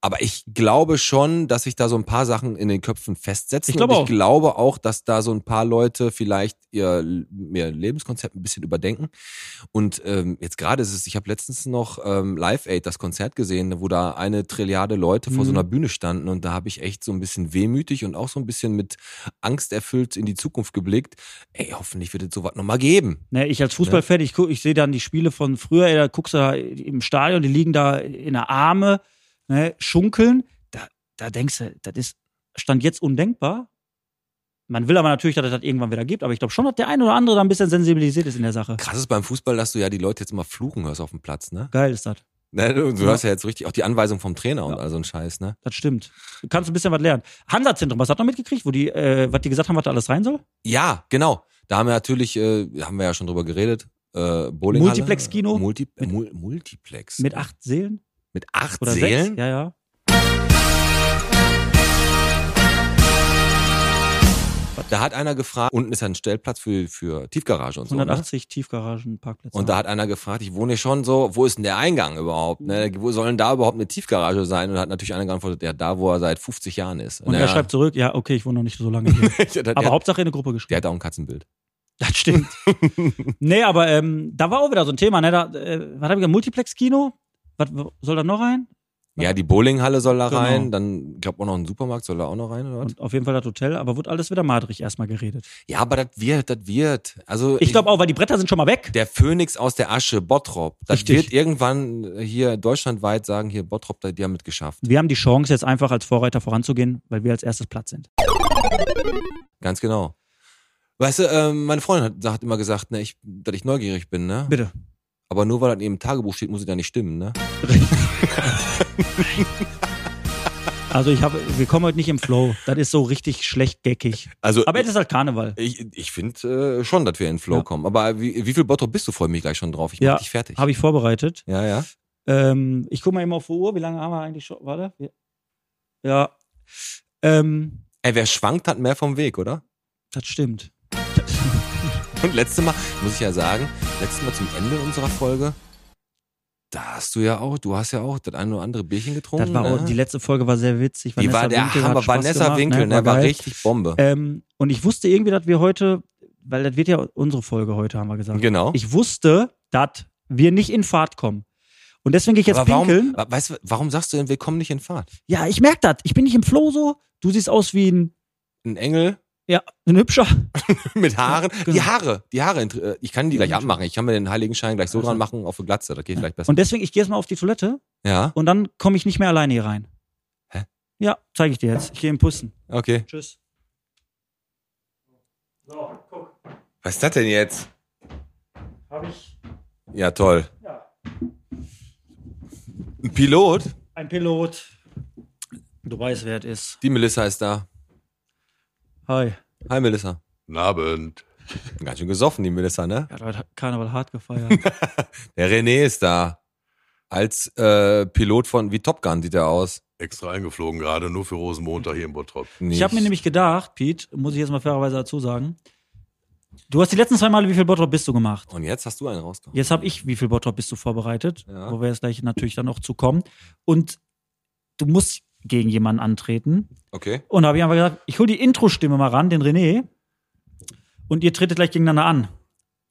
Speaker 3: Aber ich glaube schon, dass sich da so ein paar Sachen in den Köpfen festsetzen.
Speaker 4: Ich glaube
Speaker 3: Und
Speaker 4: auch.
Speaker 3: ich glaube auch, dass da so ein paar Leute vielleicht ihr, ihr Lebenskonzept ein bisschen überdenken. Und ähm, jetzt gerade ist es, ich habe letztens noch ähm, Live Aid, das Konzert gesehen, wo da eine Trilliarde Leute vor so
Speaker 4: Mhm.
Speaker 3: einer Bühne standen und da habe ich echt so ein bisschen wehmütig und auch so ein bisschen mit Angst erfüllt in die Zukunft geblickt. Ey, hoffentlich wird es sowas nochmal geben.
Speaker 4: Ne, ich als Fußballfan, ich, guck- ich sehe dann die Spiele von früher, ey, da guckst du da im Stadion, die liegen da in der Arme, ne, schunkeln. Da, da denkst du, das ist Stand jetzt undenkbar. Man will aber natürlich, dass es das irgendwann wieder gibt, aber ich glaube schon, dass der ein oder andere da ein bisschen sensibilisiert ist in der Sache.
Speaker 3: Krass ist beim Fußball, dass du ja die Leute jetzt immer fluchen hörst auf dem Platz, ne?
Speaker 4: Geil ist das.
Speaker 3: Ne, Du, du
Speaker 4: Ja.
Speaker 3: hörst ja jetzt richtig auch die Anweisung vom Trainer und
Speaker 4: Ja.
Speaker 3: all so ein Scheiß, ne?
Speaker 4: Das stimmt. Du kannst ein bisschen was lernen. Hansa-Zentrum, was hat noch mitgekriegt, wo die, äh, was die gesagt haben, was da alles rein soll?
Speaker 3: Ja, genau. Da haben wir natürlich, äh, haben wir ja schon drüber geredet, äh, Bowling
Speaker 4: Multiplex-Kino?
Speaker 3: Multi,
Speaker 4: Mit-
Speaker 3: Mul Multiplex.
Speaker 4: Mit acht Seelen
Speaker 3: Mit acht
Speaker 4: oder
Speaker 3: Seelen?
Speaker 4: sechs? Ja, ja.
Speaker 3: Da hat einer gefragt, unten ist ja ein Stellplatz für, für Tiefgarage und so. Ne?
Speaker 4: 180 Tiefgaragen, Parkplätze.
Speaker 3: Und da hat einer gefragt, ich wohne hier schon so, wo ist denn der Eingang überhaupt? Ne?
Speaker 4: Mhm.
Speaker 3: Wo soll denn da überhaupt eine Tiefgarage sein? Und hat natürlich einer geantwortet, ja, da, wo er seit 50 Jahren ist.
Speaker 4: Und er schreibt zurück, ja, okay, ich wohne noch nicht so lange hier.
Speaker 3: der, der,
Speaker 4: aber
Speaker 3: der,
Speaker 4: Hauptsache in eine Gruppe geschrieben.
Speaker 3: hat auch ein Katzenbild.
Speaker 4: Das stimmt. nee, aber ähm, da war auch wieder so ein Thema, ne? Da, äh, was hab ich gesagt? Multiplex-Kino? Was wo- soll da noch rein?
Speaker 3: Ja, die Bowlinghalle soll da
Speaker 4: Genau.
Speaker 3: rein, dann, ich glaube, auch noch ein Supermarkt soll da auch noch rein, oder was?
Speaker 4: Und auf jeden Fall das Hotel, aber wurde alles wieder madrig erstmal geredet.
Speaker 3: Ja, aber das wird, das wird. Also,
Speaker 4: Ich glaube auch, weil die Bretter sind schon mal weg.
Speaker 3: Der Phönix aus der Asche, Bottrop. Das
Speaker 4: Richtig.
Speaker 3: wird irgendwann hier deutschlandweit sagen, hier Bottrop, die haben mitgeschafft.
Speaker 4: Wir haben die Chance, jetzt einfach als Vorreiter voranzugehen, weil wir als erstes Platz sind.
Speaker 3: Ganz genau. Weißt du, ähm, meine Freundin hat, hat immer gesagt, ne, ich, dass ich neugierig bin, ne?
Speaker 4: Bitte.
Speaker 3: Aber nur weil das in ihrem Tagebuch steht, muss ich da nicht stimmen, ne?
Speaker 4: Also ich habe, wir kommen heute nicht im Flow. Das ist so richtig schlecht geckig.
Speaker 3: Also,
Speaker 4: Aber es ist halt Karneval.
Speaker 3: ich, ich finde äh, schon, dass wir in den Flow
Speaker 4: Ja.
Speaker 3: kommen. Aber wie, wie viel Bottrop bist du? Freue mich gleich schon drauf. Ich mach
Speaker 4: Ja,
Speaker 3: dich fertig.
Speaker 4: Habe ich vorbereitet.
Speaker 3: ja, ja.
Speaker 4: Ähm, ich gucke mal eben auf die Uhr. Wie lange haben wir eigentlich schon? Warte. Wir- Ja. Ähm,
Speaker 3: Ey, wer schwankt, hat mehr vom Weg, oder?
Speaker 4: das stimmt.
Speaker 3: Und letztes Mal, muss ich ja sagen, letztes Mal zum Ende unserer Folge, da hast du ja auch, du hast ja auch das eine oder andere Bierchen getrunken.
Speaker 4: Das war auch,
Speaker 3: ne?
Speaker 4: die letzte Folge war sehr witzig.
Speaker 3: Die war der
Speaker 4: Winkel hat
Speaker 3: Hammer.
Speaker 4: Spaß
Speaker 3: Vanessa
Speaker 4: gemacht,
Speaker 3: Winkel, ne, war
Speaker 4: geil.
Speaker 3: richtig Bombe.
Speaker 4: Ähm, und ich wusste irgendwie, dass wir heute, weil das wird ja unsere Folge heute, haben wir gesagt.
Speaker 3: genau.
Speaker 4: Ich wusste, dass wir nicht in Fahrt kommen. Und deswegen gehe ich jetzt
Speaker 3: Aber warum,
Speaker 4: pinkeln.
Speaker 3: wa- weißt du, warum sagst du denn, wir kommen nicht in Fahrt?
Speaker 4: Ja, ich merke das. Ich bin nicht im Flow so. Du siehst aus wie ein,
Speaker 3: Ein Engel
Speaker 4: ja, ein hübscher.
Speaker 3: mit Haaren.
Speaker 4: Ja, genau.
Speaker 3: Die Haare, die Haare. inter- äh, Ich kann die gleich abmachen. Ich kann mir den Heiligenschein gleich so
Speaker 4: Also-
Speaker 3: dran machen auf eine Glatze. Das geht vielleicht besser.
Speaker 4: Und deswegen, ich gehe jetzt mal auf die Toilette
Speaker 3: ja,
Speaker 4: und dann komme ich nicht mehr alleine hier rein.
Speaker 3: Hä?
Speaker 4: Ja, zeige ich dir jetzt. Ich gehe im Pussen.
Speaker 3: okay.
Speaker 4: Tschüss.
Speaker 3: Was ist das denn jetzt?
Speaker 4: Habe ich
Speaker 3: Ja, toll.
Speaker 4: Ja.
Speaker 3: Ein Pilot,
Speaker 4: ein Pilot. Du weißt, wer es ist.
Speaker 3: die Melissa ist da.
Speaker 4: Hi.
Speaker 3: Hi Melissa.
Speaker 1: Guten Abend.
Speaker 3: Ganz schön gesoffen, die Melissa, ne?
Speaker 4: Er hat heute Karneval hart gefeiert.
Speaker 3: Der René ist da. Als äh, Pilot von wie Top Gun sieht er aus.
Speaker 1: Extra eingeflogen gerade, nur für Rosenmontag hier in Bottrop.
Speaker 4: ich habe mir nämlich gedacht, Pete, muss ich jetzt mal fairerweise dazu sagen, du hast die letzten zwei Male, wie viel Bottrop bist du gemacht?
Speaker 3: Und jetzt hast du einen rausgehauen.
Speaker 4: Jetzt habe ich, wie viel Bottrop bist du vorbereitet,
Speaker 3: Ja.
Speaker 4: wo wir jetzt gleich natürlich dann auch zu kommen. Und du musst gegen jemanden antreten.
Speaker 3: Okay.
Speaker 4: Und da habe ich einfach gesagt, ich hole die Intro-Stimme mal ran, den René. Und ihr tretet gleich gegeneinander an.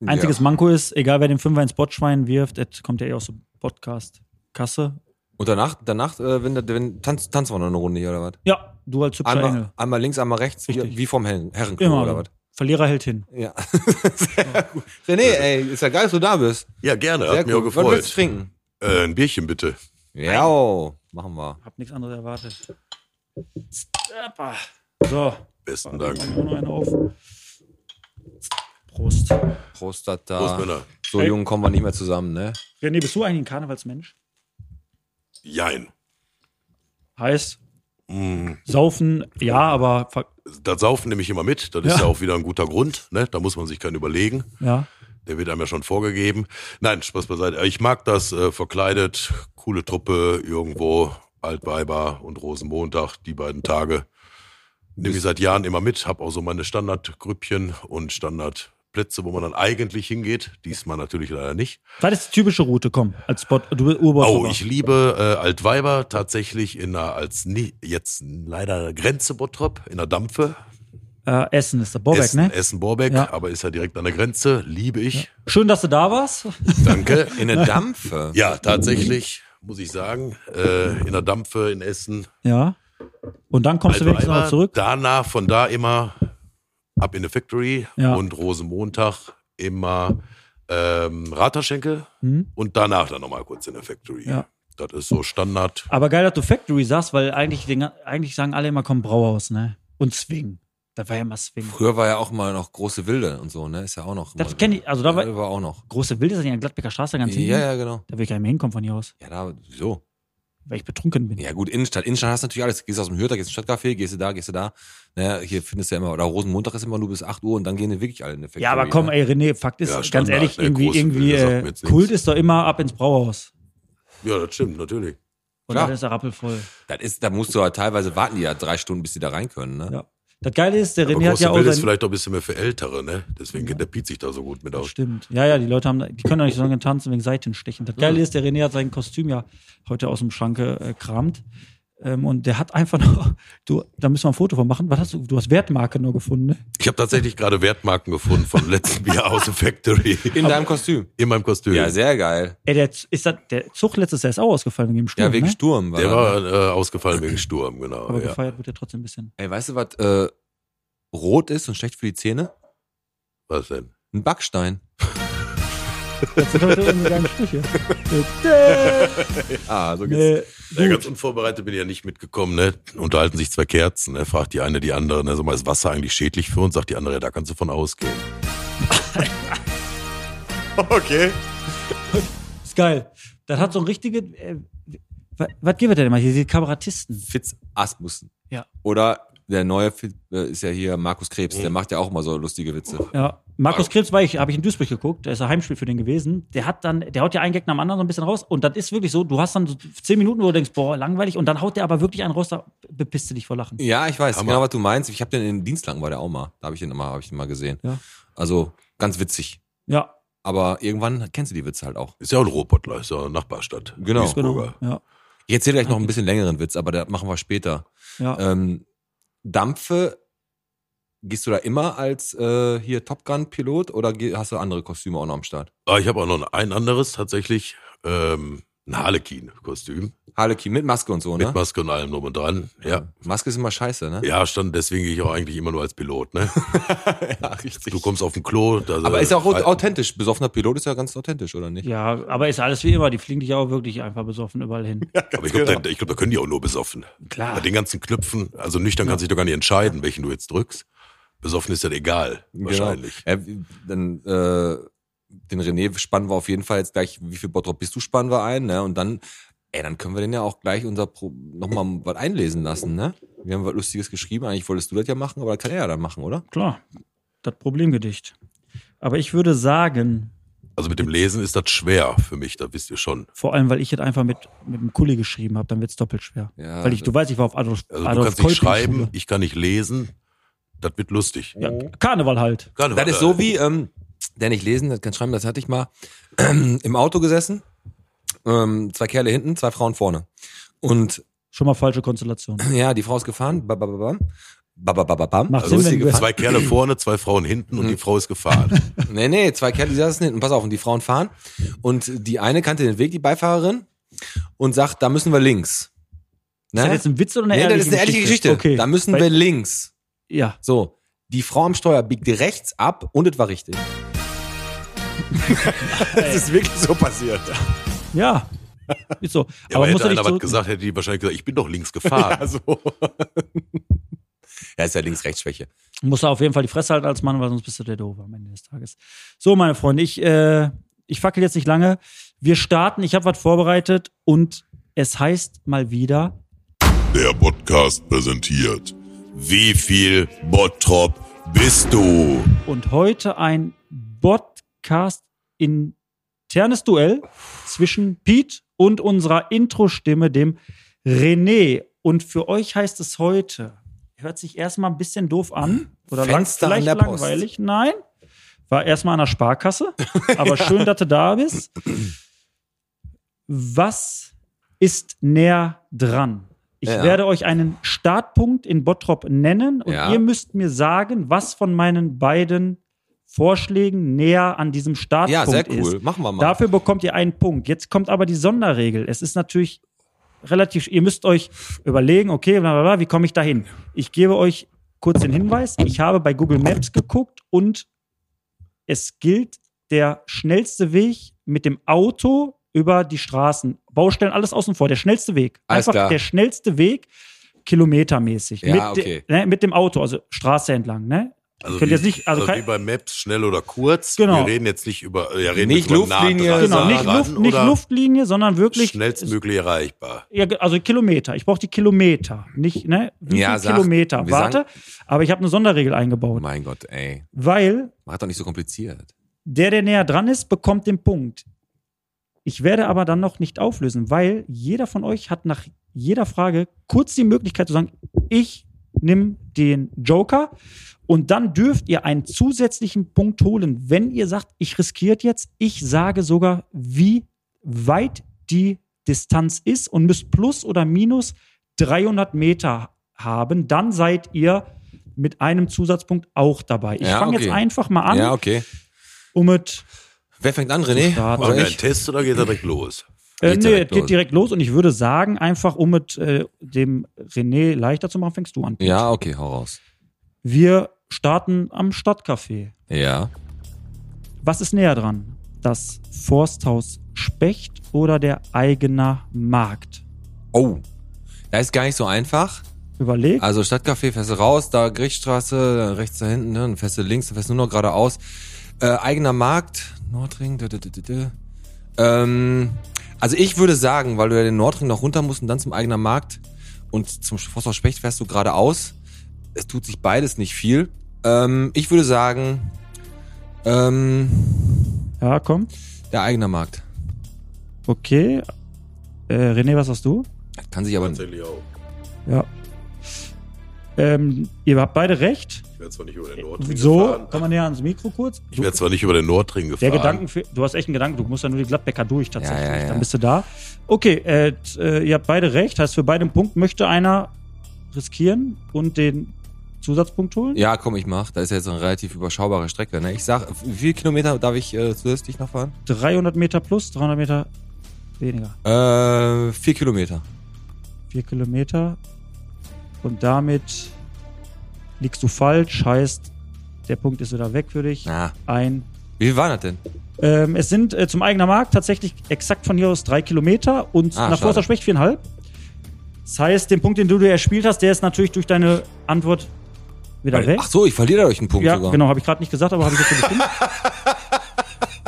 Speaker 4: Einziges
Speaker 3: ja.
Speaker 4: Manko ist, egal wer den Fünfer ins Botschwein wirft, das kommt ja eh aus dem Podcast-Kasse.
Speaker 3: Und danach, danach äh, wenn, der- wenn, tanz, tanzen wir noch eine Runde hier oder was?
Speaker 4: Ja, du als hübscher Engel.
Speaker 3: Einmal, einmal links, einmal rechts, wie,
Speaker 4: Richtig.
Speaker 3: wie vom Herren, Herrenklo
Speaker 4: Immer.
Speaker 3: oder was?
Speaker 4: Verlierer hält hin.
Speaker 3: Ja. Sehr gut. René, ey, ist ja geil, dass du da bist.
Speaker 1: Ja, gerne,
Speaker 3: Sehr
Speaker 1: hat mir auch
Speaker 3: gut. Was willst du
Speaker 1: gefreut.
Speaker 3: trinken?
Speaker 1: Äh, ein Bierchen bitte.
Speaker 3: Ja, oh, machen wir.
Speaker 4: Hab nichts anderes erwartet. Appa. So.
Speaker 1: Besten
Speaker 4: Warte,
Speaker 1: Dank.
Speaker 2: Ah.
Speaker 4: mach mir auch noch einen auf. Prost.
Speaker 1: Prost,
Speaker 3: Prostata.
Speaker 1: Männer.
Speaker 3: So
Speaker 4: Ey.
Speaker 3: jung kommen wir nicht mehr zusammen, ne?
Speaker 4: René, bist du eigentlich ein Karnevalsmensch?
Speaker 1: Jein.
Speaker 4: Heißt,
Speaker 1: Mm,
Speaker 4: saufen, ja, aber. ver-
Speaker 1: Das Saufen nehme ich immer mit. Das
Speaker 4: Ja.
Speaker 1: ist ja auch wieder ein guter Grund. Ne? Da muss man sich keinen überlegen.
Speaker 4: Ja.
Speaker 1: Der wird einem ja schon vorgegeben. Nein, Spaß beiseite. Ich mag das äh, verkleidet, coole Truppe irgendwo, Altweiber und Rosenmontag, die beiden Tage. Nehme ich seit Jahren immer mit, habe auch so meine Standardgrüppchen und Standardplätze, wo man dann eigentlich hingeht. Diesmal natürlich leider nicht.
Speaker 4: Was ist die typische Route? Komm, als Spot. Du bist Urbauer.
Speaker 1: Oh, ich liebe äh, Altweiber tatsächlich in einer, als nie, jetzt leider Grenze Bottrop, in der Dampfe.
Speaker 4: äh, Essen ist der Borbeck,
Speaker 1: Essen,
Speaker 4: ne?
Speaker 1: Essen Borbeck,
Speaker 4: Ja.
Speaker 1: aber ist ja direkt an der Grenze. Liebe ich.
Speaker 4: Schön, dass du da warst.
Speaker 1: Danke.
Speaker 3: In eine Dampfe.
Speaker 1: Ja, tatsächlich, muss ich sagen. Äh, in der Dampfe in Essen.
Speaker 4: Ja. Und dann kommst du wenigstens
Speaker 1: Altweiber.
Speaker 4: noch zurück.
Speaker 1: Danach, von Also da immer ab in the Factory
Speaker 4: Ja.
Speaker 1: und Rosenmontag immer ähm, Raterschenkel
Speaker 4: Hm?
Speaker 1: und danach dann nochmal kurz in the Factory.
Speaker 4: Ja.
Speaker 1: Das ist so Standard.
Speaker 4: Aber geil, dass du Factory sagst, weil eigentlich, den, eigentlich sagen alle immer, komm, Brauhaus, ne? Und Swing. Da war ja immer Swing.
Speaker 3: Früher war ja auch mal noch große Wilde und so, ne? Ist ja auch noch.
Speaker 4: Das
Speaker 3: immer-
Speaker 4: kenn ich, also da war-
Speaker 3: Ja, war auch noch.
Speaker 4: Große Wilde sind ja in Gladbecker Straße ganz hinten.
Speaker 3: Ja, ja, genau.
Speaker 4: Da will ich gar nicht mehr hinkommen von hier aus,
Speaker 3: Ja, da, so.
Speaker 4: weil ich betrunken bin.
Speaker 3: Ja, gut, Innenstadt. Innenstadt hast du natürlich alles. Gehst aus dem Hürter, gehst ins Stadtcafé, gehst du da, gehst du da. Naja, hier findest du ja immer, oder Rosenmontag ist immer nur bis 8 Uhr und dann gehen die wirklich alle in den Factory.
Speaker 4: Ja, aber komm,
Speaker 3: ne?
Speaker 4: ey, René, Fakt ist,
Speaker 1: Ja,
Speaker 4: ganz
Speaker 1: Standard,
Speaker 4: ehrlich,
Speaker 1: ne,
Speaker 4: irgendwie,
Speaker 1: große
Speaker 4: irgendwie,
Speaker 1: Wilde sagt mir
Speaker 4: äh,
Speaker 1: jetzt
Speaker 4: Kult
Speaker 1: nichts.
Speaker 4: ist doch immer ab ins Brauhaus.
Speaker 1: Ja, das stimmt, natürlich.
Speaker 4: Und
Speaker 3: Klar.
Speaker 4: dann ist der Rappel voll.
Speaker 3: Das ist, da musst du ja teilweise warten, die ja drei Stunden, bis die da rein können, ne?
Speaker 4: Ja. Das Geile ist, der
Speaker 1: Aber
Speaker 4: René hat
Speaker 1: große
Speaker 4: ja auch
Speaker 1: Wilde ist
Speaker 4: sein.
Speaker 1: vielleicht auch ein bisschen mehr für Ältere, ne? Deswegen geht der Piet sich da so gut mit aus.
Speaker 4: Stimmt. Ja, ja, die Leute haben, die können doch nicht so lange tanzen wegen Seitenstechen. Das Geile ist, der René hat sein Kostüm ja heute aus dem Schranke äh, kramt. Ähm, und der hat einfach noch, du, da müssen wir ein Foto von machen. Was hast du, du hast Wertmarke nur gefunden, ne?
Speaker 1: Ich habe tatsächlich gerade Wertmarken gefunden von letztem Jahr aus der Factory.
Speaker 3: In deinem Kostüm.
Speaker 1: In meinem Kostüm.
Speaker 3: Ja, sehr geil.
Speaker 4: Ey, der, Z- ist das, der Zug letztes Jahr ist auch ausgefallen wegen dem Sturm,
Speaker 3: Ja, wegen
Speaker 4: ne?
Speaker 3: Sturm.
Speaker 1: der
Speaker 3: da, ne?
Speaker 1: war äh, ausgefallen wegen Sturm, genau.
Speaker 4: Aber
Speaker 1: Ja.
Speaker 4: gefeiert wird er trotzdem ein bisschen.
Speaker 3: Ey, weißt du, was äh, rot ist und schlecht für die Zähne?
Speaker 1: Was denn?
Speaker 3: Ein Backstein.
Speaker 4: Das sind heute unsere geilen Sprüche.
Speaker 3: Ah, so geht's.
Speaker 4: Nee,
Speaker 1: Ja,
Speaker 4: gut.
Speaker 1: ganz unvorbereitet bin ich ja nicht mitgekommen, ne? Unterhalten sich zwei Kerzen, ne? Fragt die eine die andere, ne? Sag mal, ist Wasser eigentlich schädlich für uns? Sagt die andere, ja, da kannst du von ausgehen. okay.
Speaker 4: Ist geil. Das hat so ein richtige. Äh, wa- was geben wir denn immer hier? Die Kabarettisten.
Speaker 3: Fitz Asmussen.
Speaker 4: Ja.
Speaker 3: Oder der neue Fi- äh, ist ja hier Markus Krebs, der macht ja auch mal so lustige Witze.
Speaker 4: Ja.
Speaker 1: Also-
Speaker 4: Markus Krebs war ich, habe ich in Duisburg geguckt, da ist ein Heimspiel für den gewesen. Der hat dann, der haut ja einen Gag nach dem anderen so ein bisschen raus. Und das ist wirklich so, du hast dann so zehn Minuten, wo du denkst, boah, langweilig, und dann haut der aber wirklich einen raus, da bepisst du dich vor Lachen.
Speaker 3: Ja, ich weiß
Speaker 1: Hammer.
Speaker 3: genau, was du meinst. Ich habe den in Dienstlagen war der auch mal. Da habe ich den immer, habe ich den mal gesehen.
Speaker 4: Ja.
Speaker 3: Also ganz witzig.
Speaker 4: Ja,
Speaker 3: Aber irgendwann kennst du die Witze halt auch.
Speaker 1: Ist ja auch ein Robotler, ist ja eine Nachbarstadt.
Speaker 3: Genau.
Speaker 1: Duisburger.
Speaker 4: Ja,
Speaker 3: Ich erzähle gleich noch ein bisschen längeren Witz, aber das machen wir später.
Speaker 4: ja.
Speaker 3: Ähm, Dampfe, gehst du da immer als äh, hier Top Gun-Pilot oder ge- hast du andere Kostüme auch noch am Start?
Speaker 1: Ah, ich habe auch noch ein anderes tatsächlich. Ähm, ein Harlequin-Kostüm.
Speaker 3: Harlequin mit Maske und so, ne? Ähm,
Speaker 1: Mit Maske und allem drum und dran. Ja.
Speaker 3: Maske ist immer scheiße, ne?
Speaker 1: Ja, stand, deswegen gehe ich auch eigentlich immer nur als Pilot, ne?
Speaker 3: ja richtig.
Speaker 1: Du kommst auf den Klo. da-
Speaker 3: aber ist ja auch
Speaker 1: Frei-
Speaker 3: authentisch. Besoffener Pilot ist ja ganz authentisch, oder nicht?
Speaker 4: ja, aber ist alles wie immer, die fliegen dich auch wirklich einfach besoffen überall hin.
Speaker 1: Aber ich glaube, da, ich glaub, da können die auch nur besoffen.
Speaker 4: Klar.
Speaker 1: Bei den ganzen Knöpfen, also nüchtern kannst du dich doch gar nicht entscheiden, welchen du jetzt drückst. Besoffen ist ja egal, wahrscheinlich.
Speaker 3: Genau. Ja, dann äh, den René spannen wir auf jeden Fall jetzt gleich, wie viel Bottrop bist du, spannen wir ein, ne? Und dann, ey, dann können wir den ja auch gleich unser Pro nochmal was einlesen lassen, ne? Wir haben was Lustiges geschrieben, eigentlich wolltest du das ja machen, aber das kann er ja dann machen, oder?
Speaker 4: Klar, das Problemgedicht. Aber ich würde sagen,
Speaker 1: Also mit dem Lesen ist das schwer für mich, das wisst ihr schon.
Speaker 4: Vor allem, weil ich jetzt einfach mit, mit dem Kuli geschrieben habe, dann wird's doppelt schwer.
Speaker 3: Ja,
Speaker 4: weil ich, du weißt, ich war auf Adolf,
Speaker 1: Also du
Speaker 4: Adolf
Speaker 1: kannst nicht schreiben,
Speaker 4: Kolping-Schule.
Speaker 1: ich kann nicht lesen, das wird lustig. äh,
Speaker 4: Ja, Karneval halt.
Speaker 1: Keine
Speaker 3: Das ist
Speaker 1: Ahnung.
Speaker 3: so wie, ähm, der nicht lesen, der kann schreiben, das hatte ich mal im Auto gesessen. Ähm, zwei Kerle hinten, zwei Frauen vorne. Und
Speaker 4: Schon mal falsche Konstellation.
Speaker 3: ja, die Frau ist gefahren. Ba, ba, ba, bam. Ba, ba, ba, ba, bam.
Speaker 4: Macht
Speaker 3: Also
Speaker 4: Sinn, wenn
Speaker 3: lustige
Speaker 4: wir-
Speaker 3: Fahrt.
Speaker 1: Zwei Kerle vorne, zwei Frauen hinten und die Frau ist gefahren.
Speaker 3: Nee, nee, zwei Kerle, die saßen hinten. Pass auf, und die Frauen fahren. Und die eine kannte den Weg, die Beifahrerin, und sagt, da müssen wir links. Ne?
Speaker 4: Ist das jetzt ein Witz oder eine
Speaker 3: nee,
Speaker 4: ehrliche
Speaker 3: das ist eine ehrliche Geschichte.
Speaker 4: Okay.
Speaker 3: Da müssen
Speaker 4: Weil-
Speaker 3: wir links.
Speaker 4: Ja.
Speaker 3: So, die Frau am Steuer biegt rechts ab und es war richtig. das ist wirklich so passiert.
Speaker 4: Ja. Ist so.
Speaker 1: Ja, aber,
Speaker 4: aber
Speaker 1: hätte
Speaker 4: musst du dich
Speaker 1: einer was
Speaker 4: zurück-
Speaker 1: gesagt, hätte die wahrscheinlich gesagt, ich bin doch links gefahren.
Speaker 3: Also. ja, ist ja Links-Rechts-Schwäche.
Speaker 4: Musst du auf jeden Fall die Fresse halten als Mann, weil sonst bist du der Doofe am Ende des Tages. So, meine Freunde, ich, äh, ich fackel jetzt nicht lange. Wir starten, ich habe was vorbereitet und es heißt mal wieder,
Speaker 1: Der Podcast präsentiert. Wie viel Bottrop bist du?
Speaker 4: und heute ein Podcast internes Duell zwischen Pete und unserer Intro-Stimme, dem René. Und für euch heißt es heute, hört sich erstmal ein bisschen doof an oder lang,
Speaker 3: Fenster an
Speaker 4: vielleicht
Speaker 3: der Post.
Speaker 4: langweilig. Nein, war erstmal an der Sparkasse, aber schön, dass du da bist. Was ist näher dran? Ich
Speaker 3: Ja.
Speaker 4: werde euch einen Startpunkt in Bottrop nennen und
Speaker 3: Ja.
Speaker 4: ihr müsst mir sagen, was von meinen beiden Vorschlägen näher an diesem Startpunkt
Speaker 3: Ja, sehr
Speaker 4: ist.
Speaker 3: cool. Machen wir mal.
Speaker 4: Dafür bekommt ihr einen Punkt. Jetzt kommt aber die Sonderregel. Es ist natürlich relativ, ihr müsst euch überlegen, okay, bla bla bla, wie komme ich dahin? Ich gebe euch kurz den Hinweis. Ich habe bei Google Maps geguckt und es gilt der schnellste Weg mit dem Auto über die Straßen. Baustellen, alles außen vor. Der schnellste Weg.
Speaker 3: Alles
Speaker 4: Einfach
Speaker 3: klar.
Speaker 4: der schnellste Weg, kilometermäßig.
Speaker 3: Ja,
Speaker 4: mit,
Speaker 3: okay.
Speaker 4: de, ne, mit dem Auto, also Straße entlang, ne?
Speaker 1: Also,
Speaker 4: Könnt
Speaker 1: wie,
Speaker 4: jetzt nicht, also
Speaker 1: also
Speaker 4: kein-
Speaker 1: wie bei Maps, schnell oder kurz.
Speaker 4: Genau.
Speaker 1: Wir reden jetzt nicht über, ja, reden jetzt
Speaker 3: Nicht
Speaker 1: über nah
Speaker 3: Luftlinie,
Speaker 1: dran,
Speaker 4: Genau,
Speaker 1: nah
Speaker 4: nicht,
Speaker 1: dran
Speaker 4: Luft, nicht
Speaker 1: oder
Speaker 4: Luftlinie, sondern wirklich
Speaker 1: Schnellstmöglich erreichbar.
Speaker 4: Ja, ge- also Kilometer. Ich brauche die Kilometer, nicht ne? Wie
Speaker 3: Ja,
Speaker 4: viel
Speaker 3: sag.
Speaker 4: Kilometer.
Speaker 3: Wir
Speaker 4: Warte, aber ich habe eine Sonderregel eingebaut,
Speaker 3: mein Gott, ey.
Speaker 4: weil
Speaker 3: Mach doch nicht so kompliziert.
Speaker 4: der, der näher dran ist, bekommt den Punkt. Ich werde aber dann noch nicht auflösen, weil jeder von euch hat nach jeder Frage kurz die Möglichkeit zu sagen, ich nimm den Joker und dann dürft ihr einen zusätzlichen Punkt holen, wenn ihr sagt, ich riskiert jetzt, ich sage sogar, wie weit die Distanz ist und müsst plus oder minus 300 Meter haben, dann seid ihr mit einem Zusatzpunkt auch dabei. Ich
Speaker 3: Ja,
Speaker 4: fange
Speaker 3: okay.
Speaker 4: jetzt einfach mal an,
Speaker 3: Ja, okay.
Speaker 4: um es
Speaker 3: Wer fängt an, René?
Speaker 4: starten.
Speaker 3: Oder
Speaker 1: Machen wir einen
Speaker 3: ich?
Speaker 1: Test oder geht er direkt los?
Speaker 4: Äh,
Speaker 3: Geht
Speaker 4: nee,
Speaker 3: direkt
Speaker 4: es geht
Speaker 3: los.
Speaker 4: direkt los und ich würde sagen, einfach um mit äh, dem René leichter zu machen, fängst du an.
Speaker 3: Ja, okay, hau raus.
Speaker 4: Wir starten am Stadtcafé.
Speaker 3: Ja.
Speaker 4: Was ist näher dran? Das Forsthaus Specht oder der Eigener Markt?
Speaker 3: Oh. Das ist gar nicht so einfach.
Speaker 4: Überleg.
Speaker 3: Also Stadtcafé, fährst du raus, da Griechstraße, dann rechts da hinten, ne, dann fährst du links, dann fährst du nur noch geradeaus. Äh, eigener Markt, Nordring, da, da, da, da, da. Ähm, also ich würde sagen, weil du ja den Nordring noch runter musst und dann zum eigenen Markt und zum Forsthaus Specht fährst du geradeaus. Es tut sich beides nicht viel. Ähm, ich würde sagen, ähm,
Speaker 4: Ja, komm.
Speaker 3: der eigene Markt.
Speaker 4: Okay. Äh, René, was hast du?
Speaker 3: Kann sich aber
Speaker 1: Tatsächlich auch.
Speaker 4: Ja. Ähm, ihr habt beide recht.
Speaker 1: Ich werde zwar nicht über den Nordring
Speaker 4: So,
Speaker 1: gefahren.
Speaker 4: komm mal näher ans Mikro kurz.
Speaker 1: Ich werde zwar nicht über den Nordring gefahren.
Speaker 4: Der Gedanken, du hast echt einen Gedanken, du musst ja nur die Gladbecker durch tatsächlich,
Speaker 3: Ja, ja, ja.
Speaker 4: dann bist du da. Okay, äh, t- äh, ihr habt beide recht, heißt für beide einen Punkt möchte einer riskieren und den Zusatzpunkt holen?
Speaker 3: Ja, komm, ich mach. Da ist jetzt eine relativ überschaubare Strecke. Ne? Ich sag, wie viele Kilometer darf ich äh, zusätzlich noch fahren?
Speaker 4: 300 Meter plus, 300 Meter weniger,
Speaker 3: Äh, vier Kilometer.
Speaker 4: 4 Kilometer und damit liegst du falsch, heißt der Punkt ist wieder weg für dich.
Speaker 3: Na,
Speaker 4: Ein
Speaker 3: wie viel waren das denn?
Speaker 4: Ähm, es sind äh, zum eigenen Markt tatsächlich exakt von hier aus drei Kilometer und
Speaker 3: Ah,
Speaker 4: nach
Speaker 3: schade.
Speaker 4: Forster Specht viereinhalb. Das heißt, den Punkt, den du dir erspielt hast, der ist natürlich durch deine Antwort wieder weg.
Speaker 3: Ach so, ich verliere dadurch einen Punkt
Speaker 4: ja,
Speaker 3: sogar.
Speaker 4: genau, habe ich gerade nicht gesagt, aber habe ich jetzt so bestimmt.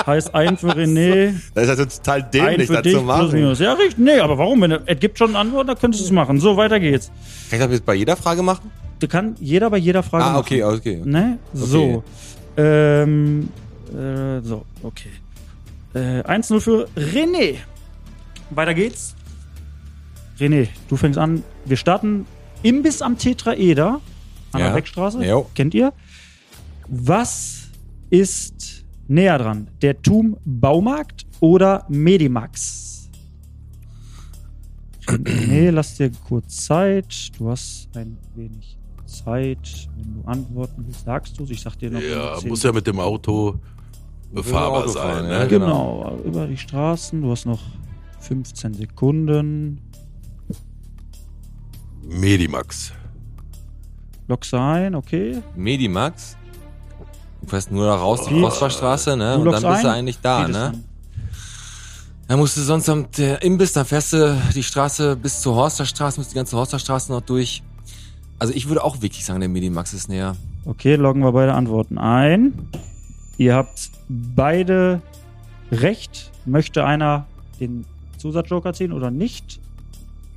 Speaker 4: heißt ein für René,
Speaker 3: Das ist also total
Speaker 4: ein für dich, plus minus. Ja, richtig. Nee, aber warum? Wenn er- es gibt schon eine Antwort, dann könntest du es machen. So, weiter geht's.
Speaker 3: Kann ich das jetzt bei jeder Frage machen?
Speaker 4: Da kann jeder bei jeder Frage
Speaker 3: ah,
Speaker 4: machen.
Speaker 3: okay, okay.
Speaker 4: Ne? So. Ähm, äh, so, okay. Äh, 1-0 für René. Weiter geht's. René, du fängst an. Wir starten Imbiss am Tetraeder an
Speaker 3: Ja.
Speaker 4: der Beckstraße.
Speaker 3: Jo.
Speaker 4: Kennt ihr? Was ist näher dran? Der TUM Baumarkt oder Medimax? René, lass dir kurz Zeit. Du hast ein wenig Zeit. Wenn du antworten willst, sagst du es. Ich sag dir noch.
Speaker 1: Ja,
Speaker 4: zehn-
Speaker 1: muss ja mit dem Auto befahrbar
Speaker 3: Auto fahren,
Speaker 1: sein.
Speaker 3: ja,
Speaker 1: ne?
Speaker 4: Genau. über die Straßen. Du hast noch 15 Sekunden.
Speaker 1: Medimax.
Speaker 4: Lockst du ein, okay.
Speaker 3: Medimax. Du fährst nur da raus, die
Speaker 4: Wie?
Speaker 3: Poststraße, ne?
Speaker 4: Du
Speaker 3: Und dann
Speaker 4: lockst
Speaker 3: bist du
Speaker 4: ein?
Speaker 3: eigentlich da,
Speaker 4: Geht es
Speaker 3: ne?
Speaker 4: dann?
Speaker 3: Da musst du sonst am der Imbiss, dann fährst du die Straße bis zur Horsterstraße, musst die ganze Horsterstraße noch durch. Also ich würde auch wirklich sagen, der Medimax ist näher.
Speaker 4: Okay, loggen wir beide Antworten ein. Ihr habt beide recht. Möchte einer den Zusatzjoker ziehen oder nicht?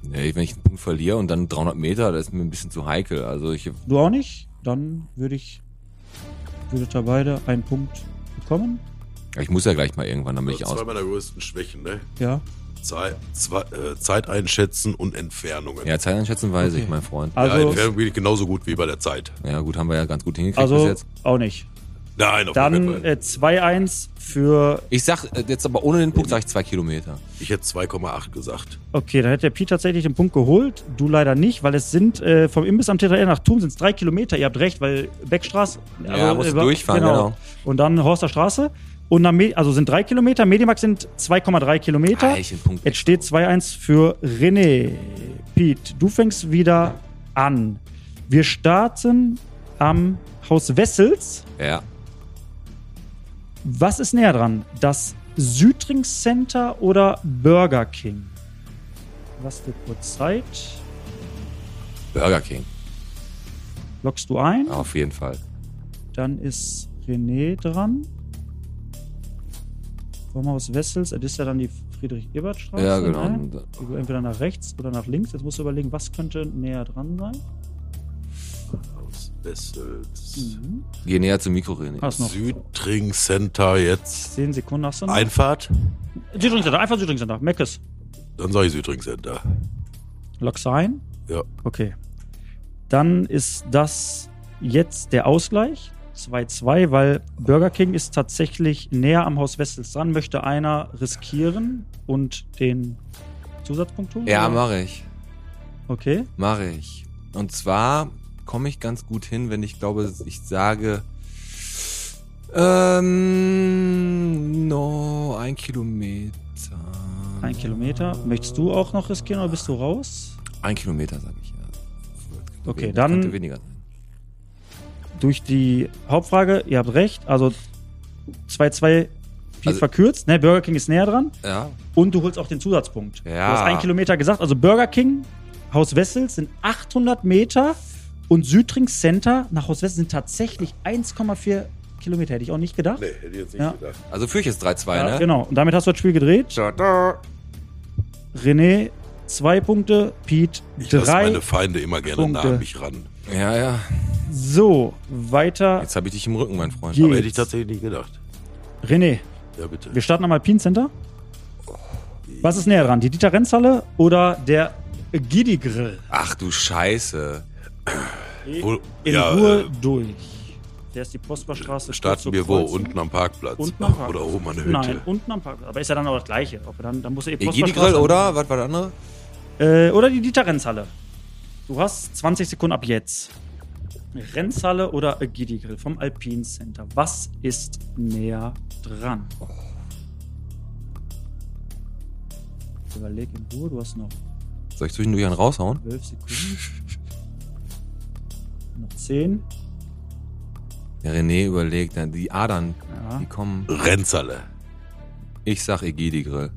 Speaker 3: Nee, wenn ich einen Punkt verliere und dann 300 Meter, das ist mir ein bisschen zu heikel. Also ich,
Speaker 4: Du auch nicht? Dann würde ich, würdet ihr beide einen Punkt bekommen.
Speaker 3: ich muss ja gleich mal irgendwann, damit ich
Speaker 1: Also Zwei
Speaker 3: aus.
Speaker 1: meiner größten Schwächen, ne?
Speaker 4: Ja.
Speaker 1: Zeit, zwei, äh, Zeit einschätzen und Entfernungen.
Speaker 3: Ja, Zeit einschätzen weiß
Speaker 4: Okay.
Speaker 3: ich, mein Freund.
Speaker 1: Ja,
Speaker 4: Also,
Speaker 1: Entfernung bin ich genauso gut wie bei der Zeit.
Speaker 3: Ja, gut, haben wir ja ganz gut hingekriegt bis
Speaker 4: also
Speaker 3: jetzt.
Speaker 4: auch nicht.
Speaker 1: Nein, auf jeden
Speaker 4: Dann
Speaker 1: Fall.
Speaker 4: äh, 2-1 für.
Speaker 3: Ich sag äh, jetzt aber ohne den Punkt, sag ich zwei Kilometer.
Speaker 1: Ich hätte 2,8 gesagt.
Speaker 4: Okay, dann hätte der Pi tatsächlich den Punkt geholt. Du leider nicht, weil es sind äh, vom Imbiss am TTL nach Thum sind es drei Kilometer. Ihr habt recht, weil Beckstraße.
Speaker 3: Ja,
Speaker 4: aber,
Speaker 3: musst du
Speaker 4: äh,
Speaker 3: durchfahren, genau.
Speaker 4: Und dann Horster Straße. Und dann, Me- also sind drei Kilometer. Medimax sind 2,3 Kilometer.
Speaker 3: Ah, ich den Punkt.
Speaker 4: Jetzt steht 2-1 für René. Piet, du fängst wieder an. Wir starten am Haus Wessels.
Speaker 3: Ja.
Speaker 4: Was ist näher dran? Das Südring Center oder Burger King? Lass dir kurz Zeit.
Speaker 3: Burger King.
Speaker 4: Lockst du ein?
Speaker 3: Auf jeden Fall.
Speaker 4: Dann ist René dran. Vom Haus Wessels, das ist ja dann die Friedrich-Ebert-Straße.
Speaker 3: Ja, genau.
Speaker 4: Ne?
Speaker 3: Und, äh,
Speaker 4: Die du entweder nach rechts oder nach links. Jetzt musst du überlegen, was könnte näher dran sein.
Speaker 1: Aus Wessels.
Speaker 4: Mhm.
Speaker 3: Geh näher zum Mikro, René.
Speaker 4: Hast noch
Speaker 1: Südring Center jetzt.
Speaker 4: 10 Sekunden hast du noch.
Speaker 1: Einfahrt?
Speaker 4: Südring Center, einfach Südring Center. Meckes.
Speaker 1: Dann sage ich Südring Center.
Speaker 4: Lockst du ein?
Speaker 1: Ja.
Speaker 4: Okay. Dann ist das jetzt der Ausgleich. 2-2, weil Burger King ist tatsächlich näher am Haus Wessels dran. Möchte einer riskieren und den Zusatzpunkt tun?
Speaker 3: Ja,
Speaker 4: Oder?
Speaker 3: mache ich.
Speaker 4: Okay.
Speaker 3: Mache ich. Und zwar komme ich ganz gut hin, wenn ich glaube, ich sage. Ähm, no, ein Kilometer.
Speaker 4: Ein Kilometer. Möchtest du auch noch riskieren oder bist du raus?
Speaker 3: Ein Kilometer, sage ich ja.
Speaker 4: Okay,
Speaker 3: Weniger-
Speaker 4: dann-
Speaker 3: könnte Weniger sein.
Speaker 4: Durch die Hauptfrage, ihr habt recht. Also 2-2 viel
Speaker 3: Also-
Speaker 4: verkürzt. Ne, Burger King ist näher dran.
Speaker 3: Ja,
Speaker 4: Und du holst auch den Zusatzpunkt.
Speaker 3: Ja.
Speaker 4: Du hast einen Kilometer gesagt. Also Burger King, Haus Wessels sind 800 Meter und Südring Center nach Haus Wessels sind tatsächlich 1,4 Kilometer. Hätte ich auch nicht gedacht.
Speaker 1: Nee, hätte ich jetzt nicht
Speaker 4: Ja.
Speaker 1: gedacht.
Speaker 3: also führe ich jetzt 3-2,
Speaker 4: ja,
Speaker 3: ne?
Speaker 4: Genau. Und damit hast du das Spiel gedreht. René, zwei Punkte. Pete,
Speaker 1: Ich lasse
Speaker 4: drei.
Speaker 1: meine Feinde immer gerne
Speaker 4: Punkte.
Speaker 1: nah an mich ran.
Speaker 3: Ja, ja.
Speaker 4: So, weiter.
Speaker 3: Jetzt habe ich dich im Rücken, mein Freund.
Speaker 4: Je-
Speaker 3: Aber
Speaker 1: Aber hätte
Speaker 4: Geht's.
Speaker 1: ich tatsächlich nicht gedacht.
Speaker 4: René,
Speaker 1: Ja, bitte.
Speaker 4: wir starten einmal Pin Center. Was ist näher dran? Die Dieter Renzhalle oder der Giddy Grill?
Speaker 3: Ach du Scheiße.
Speaker 1: Wo-
Speaker 4: In
Speaker 1: ja,
Speaker 4: Ruhe durch. Der ist die Prosperstraße.
Speaker 1: äh, starten
Speaker 4: kurz
Speaker 1: wir
Speaker 4: zur
Speaker 1: wo?
Speaker 4: Kreuzung.
Speaker 1: Unten am Parkplatz?
Speaker 4: Unten am Parkplatz.
Speaker 1: Oder oben an der Hütte?
Speaker 4: Nein, unten am Parkplatz. Aber ist ja dann auch das Gleiche. Ob er dann, dann muss er eh
Speaker 3: Egidi
Speaker 4: Poststraße-
Speaker 3: Grill, oder? Was war das andere?
Speaker 4: Äh, oder die Dieter Renzhalle. Du hast 20 Sekunden ab jetzt. Renzhalle oder Egidi Grill vom Alpine Center. Was ist näher dran? Überleg in Ruhe, du hast noch
Speaker 3: Soll ich zwischendurch einen raushauen?
Speaker 4: 12 Sekunden. noch 10.
Speaker 3: Der René überlegt, dann die Adern,
Speaker 4: Ja.
Speaker 3: die kommen.
Speaker 1: Renzerle.
Speaker 3: Ich sag Egidi Grill.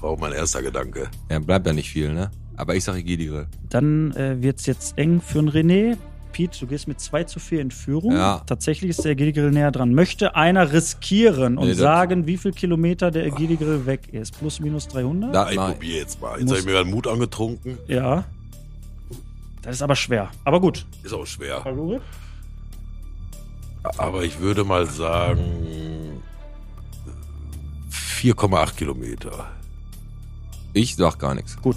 Speaker 1: War auch mein erster Gedanke.
Speaker 3: Ja, bleibt ja nicht viel, ne? Aber ich sag Egidi Grill.
Speaker 4: Dann äh, wird es jetzt eng für den René. Pete, du gehst mit 2 zu 4 in Führung.
Speaker 3: Ja.
Speaker 4: Tatsächlich ist der Egidi-Grill näher dran. Möchte einer riskieren und
Speaker 3: Nee, das-
Speaker 4: sagen, wie viel Kilometer der Egidi-Grill weg ist? Plus, minus 300?
Speaker 3: Da,
Speaker 1: Ich
Speaker 3: nein.
Speaker 1: probiere jetzt mal. Jetzt
Speaker 4: Muss-
Speaker 1: habe ich mir gerade Mut angetrunken.
Speaker 4: Ja. Das ist aber schwer. Aber gut.
Speaker 1: Ist auch schwer.
Speaker 4: Hallo?
Speaker 1: Aber ich würde mal sagen äh, 4,8 Kilometer.
Speaker 3: Ich sag gar nichts.
Speaker 4: Gut.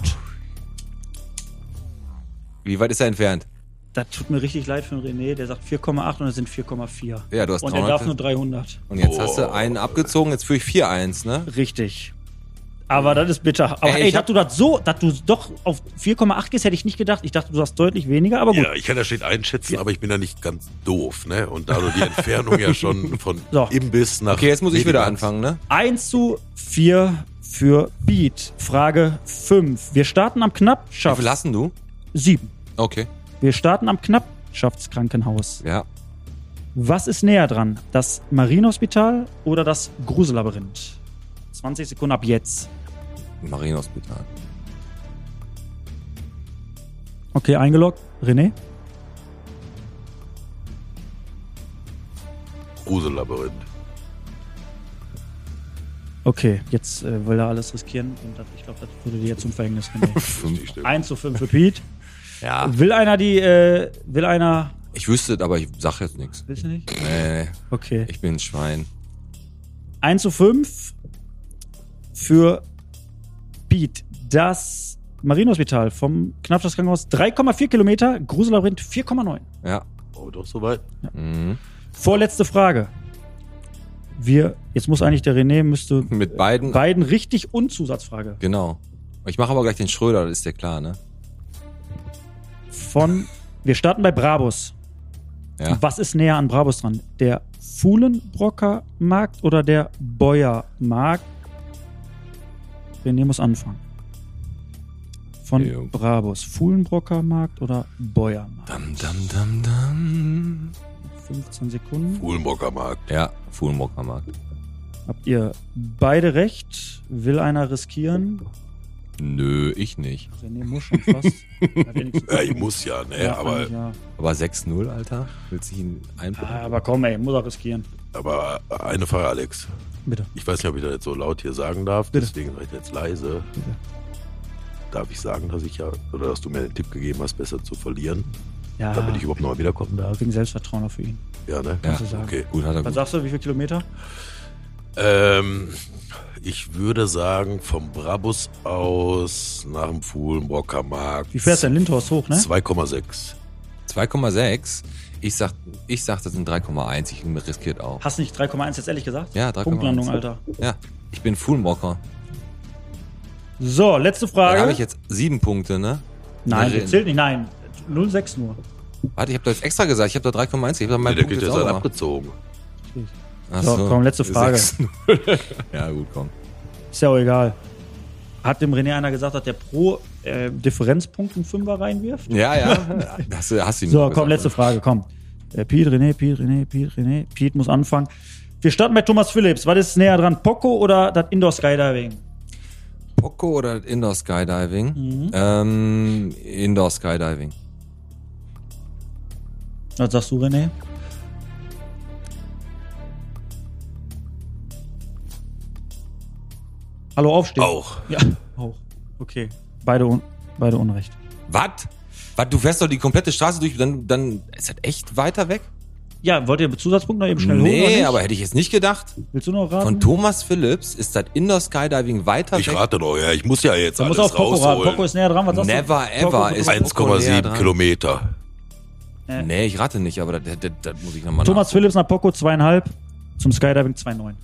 Speaker 3: Wie weit ist er entfernt?
Speaker 4: Das tut mir richtig leid für den René. Der sagt 4,8 und es sind 4,4.
Speaker 3: Ja, du hast
Speaker 4: Und er
Speaker 3: 300.
Speaker 4: darf nur 300.
Speaker 3: Und jetzt
Speaker 1: Oh.
Speaker 3: hast du einen abgezogen, jetzt führe ich 4-1, ne?
Speaker 4: Richtig. Aber das ist bitter. Aber
Speaker 3: Ey,
Speaker 4: ey,
Speaker 3: ich
Speaker 4: dass
Speaker 3: hab-
Speaker 4: du das so, dass du doch auf 4,8 gehst, hätte ich nicht gedacht. Ich dachte, du hast deutlich weniger, aber gut.
Speaker 1: Ja, ich kann das steht einschätzen, aber ich bin da nicht ganz doof, ne? Und da du die Entfernung ja schon von
Speaker 4: So.
Speaker 1: Imbiss nach.
Speaker 3: Okay, jetzt muss ich wieder
Speaker 1: Medimax-
Speaker 3: anfangen, ne?
Speaker 4: 1 zu 4 für Beat. Frage 5. Wir starten am
Speaker 3: Wie viel
Speaker 4: Knappschafts...
Speaker 3: hast denn du?
Speaker 4: 7.
Speaker 3: Okay.
Speaker 4: Wir starten am Knappschaftskrankenhaus.
Speaker 3: Ja.
Speaker 4: Was ist näher dran? Das Marienhospital oder das Gruselabyrinth? 20 Sekunden ab jetzt.
Speaker 3: Marienhospital.
Speaker 4: Okay, eingeloggt. René?
Speaker 1: Grusel-Labyrinth.
Speaker 4: Okay, jetzt äh, will er alles riskieren und das, ich glaube, das würde dir jetzt zum Verhängnis nehmen.
Speaker 1: Fünf. Die Stimme.
Speaker 4: 1 zu 5 für Pete.
Speaker 3: Ja,
Speaker 4: Will einer die, äh, will einer,
Speaker 3: ich wüsste, es, aber ich sag jetzt nichts.
Speaker 4: willst du nicht?
Speaker 3: Nee,
Speaker 4: Okay.
Speaker 3: ich bin ein Schwein.
Speaker 4: 1 zu 5 für Pete. Das Marienhospital vom Knappschaft Krankenhaus 3,4 Kilometer, Gruselabyrinth 4,9.
Speaker 3: Ja.
Speaker 1: Oh, doch soweit.
Speaker 3: Mhm.
Speaker 4: Vorletzte Frage. Wir, jetzt muss eigentlich der René, müsste
Speaker 3: Mit beiden.
Speaker 4: beiden richtig und Zusatzfrage.
Speaker 3: Genau. Ich mache aber gleich den Schröder, das ist ja klar, ne?
Speaker 4: Von, wir starten bei Brabus.
Speaker 3: Ja.
Speaker 4: Was ist näher an Brabus dran? Der Fuhlenbrocker Markt oder der Beuer Markt? René muss anfangen. Von
Speaker 3: Jo.
Speaker 4: Brabus. Fuhlenbrocker Markt oder Beuer Markt?
Speaker 3: Dam, dam, dam, dam.
Speaker 4: 15 Sekunden.
Speaker 1: Uhlenbockermarkt.
Speaker 3: Ja, Fuhlenbrocker-Markt.
Speaker 4: Habt ihr beide recht? Will einer riskieren?
Speaker 3: Nö, ich nicht.
Speaker 4: René muss schon fast. Hat er nichts zu
Speaker 1: Ja, ich
Speaker 4: tun.
Speaker 1: muss ja, ne?
Speaker 4: Ja,
Speaker 1: aber,
Speaker 4: eigentlich, ja.
Speaker 3: Aber 6-0, Alter? Willst du ihn einbringen?
Speaker 4: Ah, aber komm, ey, muss er riskieren.
Speaker 1: aber eine Frage, Alex.
Speaker 4: Bitte.
Speaker 1: Ich weiß nicht, ob ich das jetzt so laut hier sagen darf,
Speaker 4: Bitte.
Speaker 1: deswegen seid jetzt leise.
Speaker 4: Bitte.
Speaker 1: Darf ich sagen, dass ich ja, oder dass du mir den Tipp gegeben hast, besser zu verlieren,
Speaker 4: Ja,
Speaker 1: damit ich überhaupt nochmal wiederkommen darf?
Speaker 4: wegen Selbstvertrauen auch für ihn.
Speaker 1: Ja, ne?
Speaker 3: ja,
Speaker 4: kannst du sagen.
Speaker 1: Okay.
Speaker 3: gut, hat er
Speaker 4: Was
Speaker 3: gut.
Speaker 4: sagst du, wie viele Kilometer?
Speaker 1: Ähm, ich würde sagen, vom Brabus aus nach dem Fuhlenbrocker Markt.
Speaker 4: Wie fährst du denn Lindhorst hoch, ne?
Speaker 1: 2,6.
Speaker 3: 2,6. Ich sag, ich sag, das sind 3,1. Ich bin riskiert auch.
Speaker 4: Hast nicht 3,1 jetzt ehrlich gesagt?
Speaker 3: Ja, 3,1.
Speaker 4: Punktlandung, Alter.
Speaker 3: Ja, ich bin Fuhlenbrocker.
Speaker 4: So, letzte Frage.
Speaker 3: Da habe ich jetzt sieben Punkte, ne?
Speaker 4: Nein,
Speaker 3: Nein,
Speaker 4: das zählt nicht. Nein, 06 nur.
Speaker 3: Warte, ich habe da jetzt extra gesagt, ich habe da 3,1. Ich habe
Speaker 1: Nee,
Speaker 3: da meinen
Speaker 1: der
Speaker 3: nee, Punkt
Speaker 1: geht
Speaker 3: jetzt
Speaker 1: ja
Speaker 3: auch
Speaker 1: sein
Speaker 3: gemacht.
Speaker 1: abgezogen.
Speaker 3: Ach
Speaker 4: So, komm, letzte Frage.
Speaker 3: 6-0. ja, gut, komm.
Speaker 4: Ist ja auch egal. Hat dem René einer gesagt, dass der pro äh, Differenzpunkt einen Fünfer reinwirft?
Speaker 3: Ja, ja. Hast du, hast du ihn
Speaker 4: So,
Speaker 3: noch gesagt.
Speaker 4: komm, letzte Frage, komm. Äh, Piet, René, Piet, René, Piet, René. Piet muss anfangen. Wir starten bei Thomas Phillips. Was ist näher dran, Poco oder das Indoor Skydiving?
Speaker 3: Poco oder Indoor Skydiving?
Speaker 4: Mhm.
Speaker 3: Ähm, Indoor Skydiving.
Speaker 4: Was sagst du, René? Hallo, aufstehen.
Speaker 1: Auch.
Speaker 4: Ja, auch. Okay. Beide, un beide Unrecht.
Speaker 3: Was? Was? Du fährst doch die komplette Straße durch, dann, dann ist das echt weiter weg?
Speaker 4: Ja, wollt ihr Zusatzpunkt noch eben schnell holen? oder
Speaker 3: nee,
Speaker 4: nicht? Ähm.
Speaker 3: aber hätte ich jetzt nicht gedacht.
Speaker 4: Willst du noch
Speaker 3: Von
Speaker 4: raten?
Speaker 3: Thomas Phillips ist das Indoor Skydiving weiter
Speaker 1: Ich
Speaker 3: weg.
Speaker 1: rate doch, ja, ich muss ja jetzt
Speaker 4: Da muss
Speaker 1: alles
Speaker 4: auch Poco raten. Poco
Speaker 1: rausholen.
Speaker 4: ist näher dran. Was sagst
Speaker 3: Never
Speaker 4: du? Poco,
Speaker 3: ever
Speaker 4: Poco,
Speaker 3: ist-
Speaker 4: Poco.
Speaker 3: Eins- näher
Speaker 1: 1,7
Speaker 3: dran.
Speaker 1: Kilometer.
Speaker 3: Nee, ich rate nicht, aber das, das, das muss ich nochmal
Speaker 4: Thomas Phillips nach Poco zweieinhalb, zum Skydiving 2,9.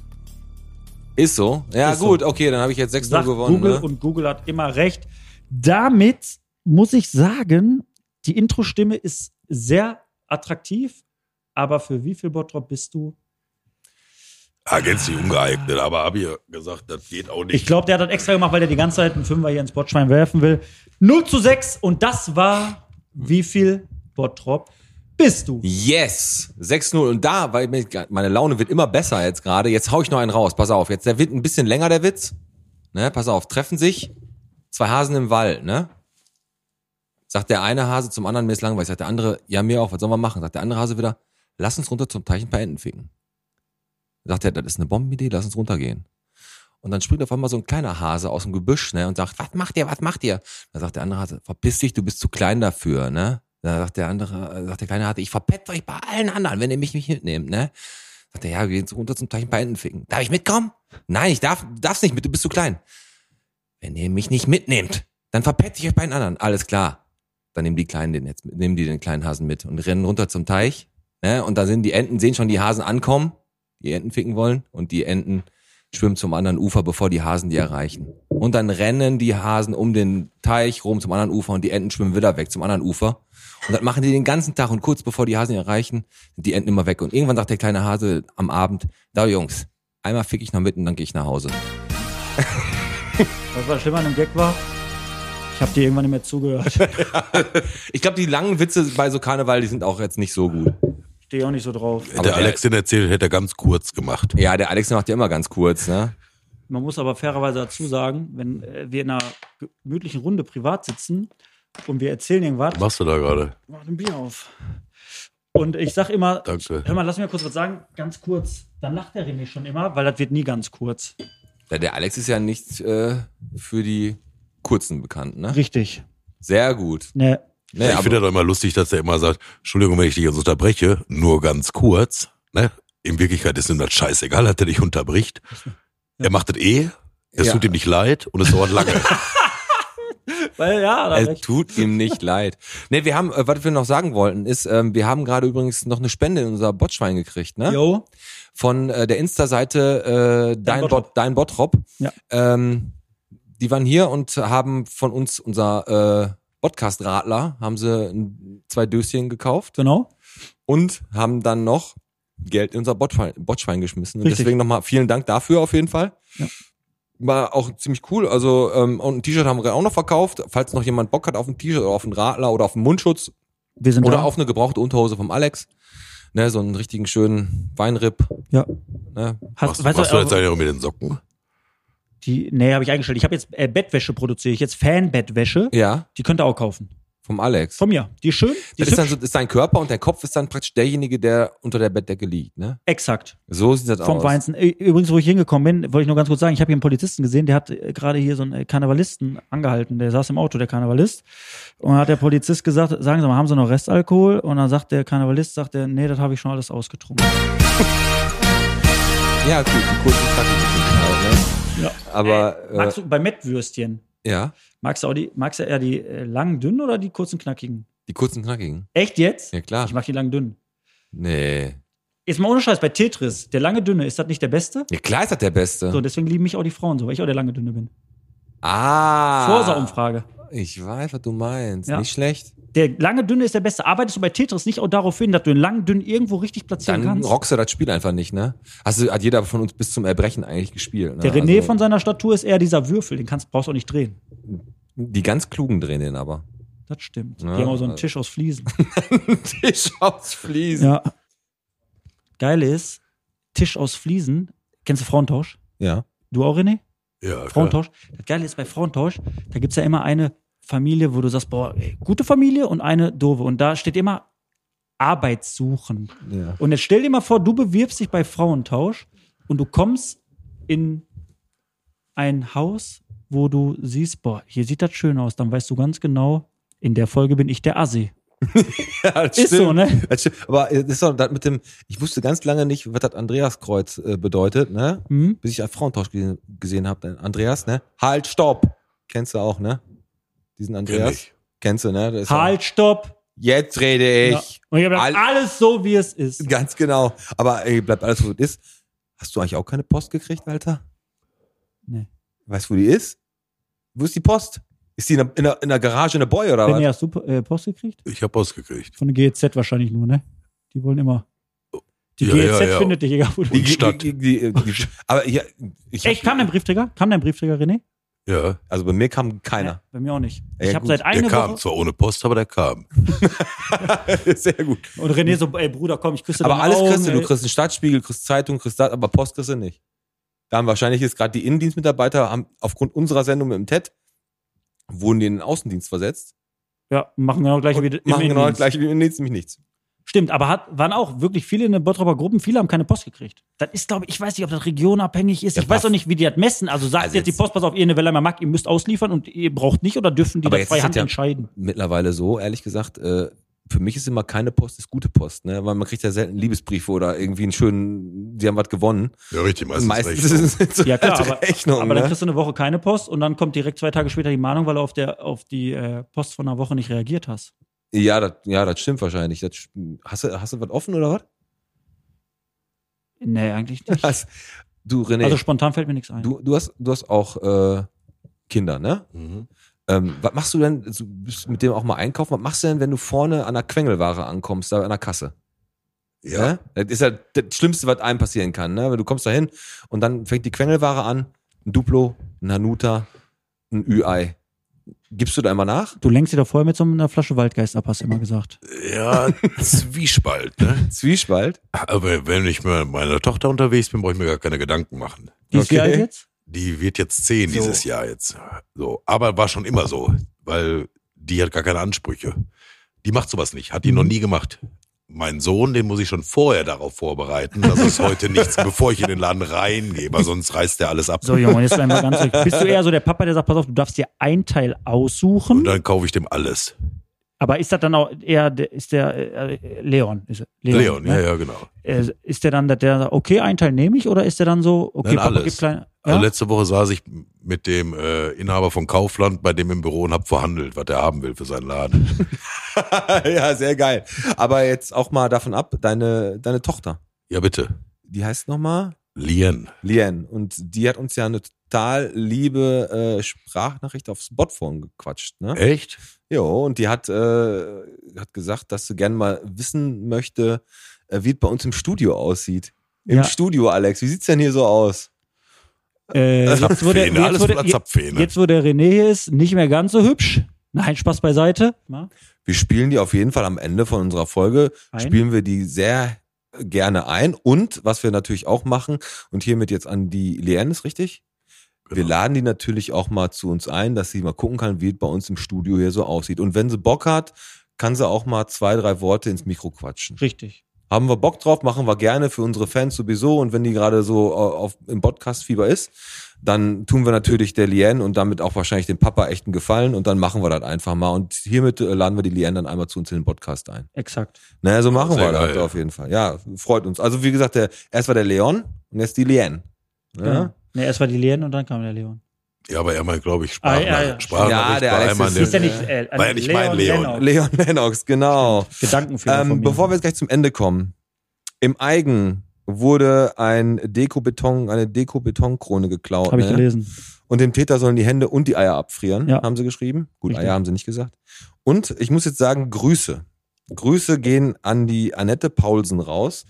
Speaker 3: Ist so. Ja,
Speaker 4: Ist so.
Speaker 3: gut, okay, dann habe ich jetzt 6-0
Speaker 4: Sagt
Speaker 3: gewonnen.
Speaker 4: Google
Speaker 3: ne?
Speaker 4: und Google hat immer recht. Damit muss ich sagen, die Intro-Stimme ist sehr attraktiv, aber für wie viel Bottrop bist du?
Speaker 1: Ah, gänzlich ungeeignet, aber habe ich ja gesagt, das geht auch nicht.
Speaker 4: Ich glaube, der hat das extra gemacht, weil er die ganze Zeit einen Fünfer hier ins Botschwein werfen will. 0 zu 6 und das war wie viel Bottrop bist du?
Speaker 3: Yes, 6-0 und da, weil mir- meine Laune wird immer besser jetzt gerade. Jetzt hau ich noch einen raus. Pass auf, jetzt der wird ein bisschen länger der Witz. Ne, pass auf, treffen sich zwei Hasen im Wald, ne? Sagt der eine Hase zum anderen, mir ist langweilig. Sagt der andere, ja mir auch, was sollen wir machen? Sagt der andere Hase wieder, lass uns runter zum Teich ein paar Enten ficken. Sagt er, das ist eine Bombenidee, lass uns runtergehen. Und dann springt auf einmal so ein kleiner Hase aus dem Gebüsch, ne, und sagt, was macht ihr, was macht ihr? Dann sagt der andere Hase, verpiss dich, du bist zu klein dafür, ne? Dann sagt der andere, äh, sagt der kleine Hase, ich verpetze euch bei allen anderen, wenn ihr mich nicht mitnehmt, ne? Sagt er, ja, wir gehen so runter zum Teich ein paar Enten ficken. Darf ich mitkommen? Nein, ich darf, darf's nicht mit, du bist zu klein. Wenn ihr mich nicht mitnehmt, dann verpetze ich euch bei den anderen. Alles klar. Dann nehmen die Kleinen den jetzt, mit- nehmen die den kleinen Hasen mit und rennen runter zum Teich, ne? Und dann sind die Enten, sehen schon die Hasen ankommen, die Enten ficken wollen und die Enten schwimmen zum anderen Ufer, bevor die Hasen die erreichen. Und dann rennen die Hasen um den Teich rum zum anderen Ufer und die Enten schwimmen wieder weg zum anderen Ufer. Und das machen die den ganzen Tag und kurz bevor die Hasen ihn erreichen, sind die Enten immer weg. Und irgendwann sagt der kleine Hase am Abend, da Jungs, einmal fick ich noch mit und dann gehe ich nach Hause.
Speaker 4: Was war schlimmer an dem Gag war? Ich habe dir irgendwann nicht mehr zugehört. Ich
Speaker 3: Ich glaube, die langen Witze bei so Karneval, die sind auch jetzt nicht so gut.
Speaker 4: stehe auch nicht so drauf.
Speaker 1: Hätte
Speaker 3: aber der-
Speaker 1: Alex den erzählt, hätte er ganz kurz gemacht.
Speaker 3: Ja, der Alex macht ja immer ganz kurz, ne?
Speaker 4: Man muss aber fairerweise dazu sagen, wenn äh, wir in einer gemütlichen Runde privat sitzen und wir erzählen irgendwas,
Speaker 5: Was machst du da gerade?
Speaker 4: mach ein Bier auf. Und ich sag immer,
Speaker 5: Danke.
Speaker 4: hör mal, lass mir kurz was sagen, ganz kurz. Dann lacht der René schon immer, weil das wird nie ganz kurz.
Speaker 3: Ja, der Alex ist ja nicht äh, für die kurzen Bekannten, ne?
Speaker 4: Richtig.
Speaker 3: Sehr gut.
Speaker 4: Ne,
Speaker 3: Nee,
Speaker 5: ich
Speaker 3: aber-
Speaker 5: finde das doch immer lustig, dass er immer sagt, Entschuldigung, wenn ich dich jetzt unterbreche, nur ganz kurz. Ne? In Wirklichkeit ist ihm das scheißegal, dass er dich unterbricht. Er macht das eh, es
Speaker 3: Ja.
Speaker 5: tut ihm nicht leid und es dauert lange.
Speaker 4: weil ja, da
Speaker 3: Es
Speaker 4: recht.
Speaker 3: Äh, tut ihm nicht leid. Nee, wir haben, äh, was wir noch sagen wollten, ist, ähm, wir haben gerade übrigens noch eine Spende in unser Botschwein gekriegt, ne?
Speaker 4: Jo,
Speaker 3: Von äh, der Insta-Seite äh, Dein,
Speaker 4: Bottrop.
Speaker 3: Bot, Dein Bottrop.
Speaker 4: Ja.
Speaker 3: Ähm, die waren hier und haben von uns unser äh, Podcast-Radler, haben sie n- zwei Döschen gekauft
Speaker 4: genau.
Speaker 3: und haben dann noch Geld in unser Botschwein, Botschwein geschmissen. Und
Speaker 4: Richtig.
Speaker 3: deswegen nochmal vielen Dank dafür auf jeden Fall.
Speaker 4: Ja.
Speaker 3: War auch ziemlich cool. Also, ähm, und ein T-Shirt haben wir auch noch verkauft. Falls noch jemand Bock hat auf ein T-Shirt oder auf einen Radler oder auf einen Mundschutz
Speaker 4: Wir sind
Speaker 3: oder
Speaker 4: da.
Speaker 3: auf eine gebrauchte Unterhose vom Alex. Ne, so einen richtigen schönen Weinripp.
Speaker 4: Ja.
Speaker 3: Ne?
Speaker 5: Machst,
Speaker 4: weißt also
Speaker 5: machst du jetzt
Speaker 4: aber-
Speaker 5: eigentlich auch mit den Socken?
Speaker 4: Die, nee, habe ich eingestellt. Ich habe jetzt äh, Bettwäsche produziere ich jetzt Fan-Bettwäsche.
Speaker 3: Ja,
Speaker 4: Die könnt ihr auch kaufen.
Speaker 3: vom Alex.
Speaker 4: Von mir. Die ist schön. Die
Speaker 3: das
Speaker 4: ist
Speaker 3: ist dann
Speaker 4: hübsch.
Speaker 3: so, das ist sein Körper und der Kopf ist dann praktisch derjenige, der unter der Bettdecke liegt. Ne?
Speaker 4: Exakt.
Speaker 3: So sieht das
Speaker 4: Vom
Speaker 3: aus.
Speaker 4: Weinsten. Ü- Übrigens, wo ich hingekommen bin, wollte ich nur ganz kurz sagen, ich habe hier einen Polizisten gesehen, der hat äh, gerade hier so einen äh, Karnevalisten angehalten. Der saß im Auto, der Karnevalist. Und dann hat der Polizist gesagt, sagen Sie mal, haben Sie noch Restalkohol? Und dann sagt der Karnevalist, sagt er, nee, das habe ich schon alles ausgetrunken.
Speaker 3: Äh. Ja, gut, die kurzen Tacken. Ne? Ja. Aber, äh,
Speaker 4: Magst du bei Mettwürstchen,
Speaker 3: ja,
Speaker 4: magst du auch die, magst du eher die äh, langen, dünnen oder die kurzen, knackigen?
Speaker 3: die kurzen Knackigen.
Speaker 4: Echt jetzt?
Speaker 3: Ja, klar.
Speaker 4: Ich mag die langen, dünnen.
Speaker 3: Nee.
Speaker 4: Jetzt mal ohne Scheiß, bei Tetris, der lange, dünne, ist das nicht der beste?
Speaker 3: Ja, klar ist das der Beste.
Speaker 4: So, deswegen lieben mich auch die Frauen so, weil ich auch der lange Dünne bin.
Speaker 3: ah.
Speaker 4: Vorsaumfrage.
Speaker 3: Ich weiß, was du meinst.
Speaker 4: Ja.
Speaker 3: Nicht schlecht.
Speaker 4: Der lange Dünne ist der Beste. Arbeitest du bei Tetris nicht auch darauf hin, dass du den langen Dünnen irgendwo richtig platzieren
Speaker 3: Dann
Speaker 4: kannst?
Speaker 3: rockst du das Spiel einfach nicht, ne? Also hat jeder von uns bis zum Erbrechen eigentlich gespielt. Ne?
Speaker 4: der René
Speaker 3: also,
Speaker 4: von seiner Statur ist eher dieser Würfel, den kannst, brauchst du auch nicht drehen.
Speaker 3: Die ganz klugen drehen den aber.
Speaker 4: Das stimmt.
Speaker 3: Ja,
Speaker 4: die haben auch so einen
Speaker 3: also-
Speaker 4: Tisch aus Fliesen.
Speaker 3: Tisch aus Fliesen.
Speaker 4: ja. Geil ist, Tisch aus Fliesen. Kennst du Frauentausch?
Speaker 3: Ja.
Speaker 4: Du auch, René?
Speaker 5: Ja, klar.
Speaker 4: Frauentausch. Das Geile ist bei Frauentausch, da gibt's ja immer eine Familie, wo du sagst, boah, ey, gute Familie und eine doofe. Und da steht immer Arbeitssuchen.
Speaker 3: ja.
Speaker 4: Und jetzt stell dir mal vor, du bewirbst dich bei Frauentausch und du kommst in ein Haus, wo du siehst, boah, hier sieht das schön aus. Dann weißt du ganz genau, in der Folge bin ich der Assi.
Speaker 3: das
Speaker 4: Ist so,
Speaker 3: stimmt.
Speaker 4: ne?
Speaker 3: Das stimmt. Aber äh, das ist doch das mit dem, ich wusste ganz lange nicht, was das Andreaskreuz äh, bedeutet, ne?
Speaker 4: Hm?
Speaker 3: bis ich einen Frauentausch gesehen, gesehen habe. Andreas, ne? Halt, stopp! Kennst du auch, ne? Diesen Andreas?
Speaker 5: ich.
Speaker 3: Kennst du, ne? Das ist
Speaker 4: Halt, stopp.
Speaker 3: Auch, jetzt rede
Speaker 4: Ja.
Speaker 3: ich.
Speaker 4: Und ich hab gedacht,
Speaker 3: Al-
Speaker 4: alles so, wie es ist.
Speaker 3: Ganz genau. Aber ey, bleibt alles, so, wie es ist. Hast du eigentlich auch keine Post gekriegt, Alter?
Speaker 4: Nee.
Speaker 3: Weißt du, wo die ist? Wo ist die Post? Ist die in der, in der, in der Garage in der Boy oder
Speaker 4: Wenn
Speaker 3: was?
Speaker 4: ihr hast du äh, Post gekriegt?
Speaker 5: Ich habe ausgekriegt.
Speaker 4: Von der GEZ wahrscheinlich nur, ne? Die wollen immer. Die
Speaker 5: Ja,
Speaker 4: GEZ
Speaker 5: ja, ja.
Speaker 4: findet dich, egal wo du
Speaker 5: Die- Stadt.
Speaker 3: die, die, die, die, aber ja, ich
Speaker 4: Echt, kam dein Briefträger? Kam dein Briefträger, René?
Speaker 5: Ja,
Speaker 3: Also bei mir kam
Speaker 4: Nee,
Speaker 3: keiner.
Speaker 4: bei mir auch nicht.
Speaker 3: Ja,
Speaker 4: ich habe
Speaker 3: gut.
Speaker 4: seit
Speaker 5: der
Speaker 4: einer
Speaker 5: kam.
Speaker 4: Woche.
Speaker 5: Zwar ohne Post, aber der kam.
Speaker 3: Sehr gut.
Speaker 4: Und René so, ey Bruder, komm, ich küsse
Speaker 3: Aber
Speaker 4: deine
Speaker 3: alles
Speaker 4: Augen,
Speaker 3: kriegst du. Du
Speaker 4: ey.
Speaker 3: kriegst einen Stadtspiegel, kriegst Zeitung, kriegst das, aber Post kriegst du nicht. Da haben wahrscheinlich jetzt gerade die Innendienstmitarbeiter haben aufgrund unserer Sendung mit dem TED wurden die in den Außendienst versetzt.
Speaker 4: Ja, machen genau gleich wie
Speaker 3: Und machen genau das
Speaker 4: Innendienst.
Speaker 3: gleiche wie im Innendienst, nämlich nichts.
Speaker 4: Stimmt, aber hat, waren auch wirklich viele in den Bottroper Gruppen, viele haben keine Post gekriegt. Das ist, glaube ich, ich weiß nicht, ob das regionabhängig ist.
Speaker 3: Ja,
Speaker 4: ich weiß
Speaker 3: pass-
Speaker 4: auch nicht, wie die das messen. Also sagt
Speaker 3: Also
Speaker 4: jetzt die
Speaker 3: jetzt-
Speaker 4: Post, pass auf, ihr in der Welle mal mag, ihr müsst ausliefern und ihr braucht nicht oder dürfen die
Speaker 3: Aber
Speaker 4: das
Speaker 3: jetzt
Speaker 4: frei
Speaker 3: ist
Speaker 4: Hand
Speaker 3: das ja-
Speaker 4: entscheiden.
Speaker 3: Mittlerweile so, ehrlich gesagt, äh, für mich ist immer keine Post ist gute Post, ne? Weil man kriegt ja selten Liebesbriefe oder irgendwie einen schönen, die haben was gewonnen.
Speaker 5: Ja, richtig, meistens,
Speaker 3: Meistens
Speaker 5: recht.
Speaker 3: ist es
Speaker 4: Ja, klar,
Speaker 3: als
Speaker 4: aber,
Speaker 3: Rechnung,
Speaker 4: aber dann
Speaker 3: ne?
Speaker 4: kriegst du eine Woche keine Post und dann kommt direkt zwei Tage später die Mahnung, weil du auf, der, auf die äh, Post von einer Woche nicht reagiert hast.
Speaker 3: Ja, das, ja, das stimmt wahrscheinlich. Das, st- hast, du, hast du was offen oder was?
Speaker 4: Nee, eigentlich nicht.
Speaker 3: Hast- Du, René.
Speaker 4: Also spontan fällt mir nichts ein.
Speaker 3: Also Du, du, hast, du hast auch äh, Kinder, ne?
Speaker 5: Mhm.
Speaker 3: Ähm, was machst du denn, du bist mit dem auch mal einkaufen, was machst du denn, wenn du vorne an der Quengelware ankommst, da an der Kasse?
Speaker 5: Ja.
Speaker 3: Ne? Das ist ja das Schlimmste, was einem passieren kann, ne? Wenn du kommst da hin und dann fängt die Quengelware an, ein Duplo, ein Hanuta, ein Ü-Ei. Gibst du da immer nach?
Speaker 4: Du lenkst dir da vorher mit so einer Flasche Waldgeist ab, hast du immer gesagt.
Speaker 5: Ja, Zwiespalt, ne?
Speaker 3: Zwiespalt?
Speaker 5: Aber wenn ich mit meiner Tochter unterwegs bin, brauche ich mir gar keine Gedanken machen.
Speaker 4: Die ist wie
Speaker 3: Okay.
Speaker 4: alt jetzt?
Speaker 5: Die wird jetzt zehn
Speaker 4: So.
Speaker 5: dieses Jahr jetzt. So, aber war schon immer so, weil die hat gar keine Ansprüche. Die macht sowas nicht, hat die
Speaker 4: Mhm.
Speaker 5: noch nie gemacht. Mein Sohn, den muss ich schon vorher darauf vorbereiten, dass es heute nichts, bevor ich in den Laden reingehe, weil sonst reißt der alles ab.
Speaker 4: So, Junge, jetzt einfach ganz ruhig. Bist du eher so der Papa, der sagt, pass auf, du darfst dir ein Teil
Speaker 5: Und
Speaker 4: aussuchen?
Speaker 5: dann kaufe ich dem alles.
Speaker 4: Aber ist das dann auch eher, der- ist der äh, Leon? Ist er-
Speaker 5: Leon, ja,
Speaker 4: ne?
Speaker 5: ja, genau.
Speaker 4: Äh, Ist der dann, der, der sagt, okay, ein Teil nehme ich? Oder ist der dann so, okay,
Speaker 5: Nein,
Speaker 4: Papa,
Speaker 5: alles.
Speaker 4: gib klein.
Speaker 5: Also
Speaker 4: Ja?
Speaker 5: letzte Woche saß ich mit dem äh, Inhaber von Kaufland bei dem im Büro und hab verhandelt, was er haben will für seinen Laden.
Speaker 3: ja, sehr geil. Aber jetzt auch mal davon ab, deine, deine Tochter,
Speaker 5: Ja, bitte.
Speaker 3: die heißt nochmal
Speaker 5: Lien.
Speaker 3: Lien. Und die hat uns ja eine total liebe äh, Sprachnachricht auf Spotphone gequatscht. Ne?
Speaker 5: Echt?
Speaker 3: Jo, und die hat, äh, hat gesagt, dass sie gerne mal wissen möchte, äh, wie es bei uns im Studio aussieht. Im
Speaker 4: Ja.
Speaker 3: Studio, Alex, wie sieht's denn hier so aus?
Speaker 4: Äh, jetzt, wo
Speaker 5: Zapfhähne,
Speaker 4: der, jetzt,
Speaker 5: alles
Speaker 4: wo der,
Speaker 5: voller Zapfhähne.
Speaker 4: jetzt, wo der René hier ist, nicht mehr ganz so hübsch. Nein, Spaß beiseite. Na?
Speaker 3: Wir spielen die auf jeden Fall am Ende von unserer Folge,
Speaker 4: Ein.
Speaker 3: spielen wir die sehr gerne ein. Und was wir natürlich auch machen, und hiermit jetzt an die Leanne, ist richtig? Wir
Speaker 5: Genau.
Speaker 3: laden die natürlich auch mal zu uns ein, dass sie mal gucken kann, wie es bei uns im Studio hier so aussieht. Und wenn sie Bock hat, kann sie auch mal zwei, drei Worte ins Mikro quatschen.
Speaker 4: Richtig.
Speaker 3: Haben wir Bock drauf, machen wir gerne für unsere Fans sowieso. Und wenn die gerade so äh, auf, im Podcast-Fieber ist, dann tun wir natürlich der Liane und damit auch wahrscheinlich dem Papa echten Gefallen und dann machen wir das einfach mal. Und hiermit äh, laden wir die Liane dann einmal zu uns in den Podcast ein.
Speaker 4: Exakt.
Speaker 3: Naja, so machen
Speaker 5: Sehr
Speaker 3: wir das
Speaker 5: geil.
Speaker 3: auf jeden Fall. Ja, freut uns. Also wie gesagt, der, erst war der Leon und jetzt die Liane.
Speaker 4: Ja.
Speaker 3: Ja,
Speaker 4: Ne, erst war die Leon und dann kam der Leon.
Speaker 5: Ja, aber er meint, glaube ich,
Speaker 4: Ah, ja,
Speaker 5: Sprachnachricht.
Speaker 4: ja.
Speaker 5: Sprachnachricht
Speaker 3: Ja, der
Speaker 5: war
Speaker 3: Alex
Speaker 5: einmal
Speaker 3: ist-
Speaker 5: in
Speaker 3: ist ja
Speaker 5: dem-
Speaker 3: nicht-
Speaker 4: äh,
Speaker 5: War ja nicht mein Leon.
Speaker 4: Lennox.
Speaker 3: Leon Lennox, genau.
Speaker 4: Gedankenfehler von
Speaker 3: Ähm,
Speaker 4: mir.
Speaker 3: bevor wir jetzt gleich zum Ende kommen, im Eigen wurde ein Dekobeton, eine Dekobetonkrone geklaut.
Speaker 4: Habe ich
Speaker 3: ne?
Speaker 4: gelesen.
Speaker 3: Und dem Täter sollen die Hände und die Eier abfrieren,
Speaker 4: Ja.
Speaker 3: haben sie geschrieben. Gut,
Speaker 4: Richtig.
Speaker 3: Eier haben sie nicht gesagt. Und ich muss jetzt sagen, Grüße. Grüße gehen an die Annette Paulsen raus.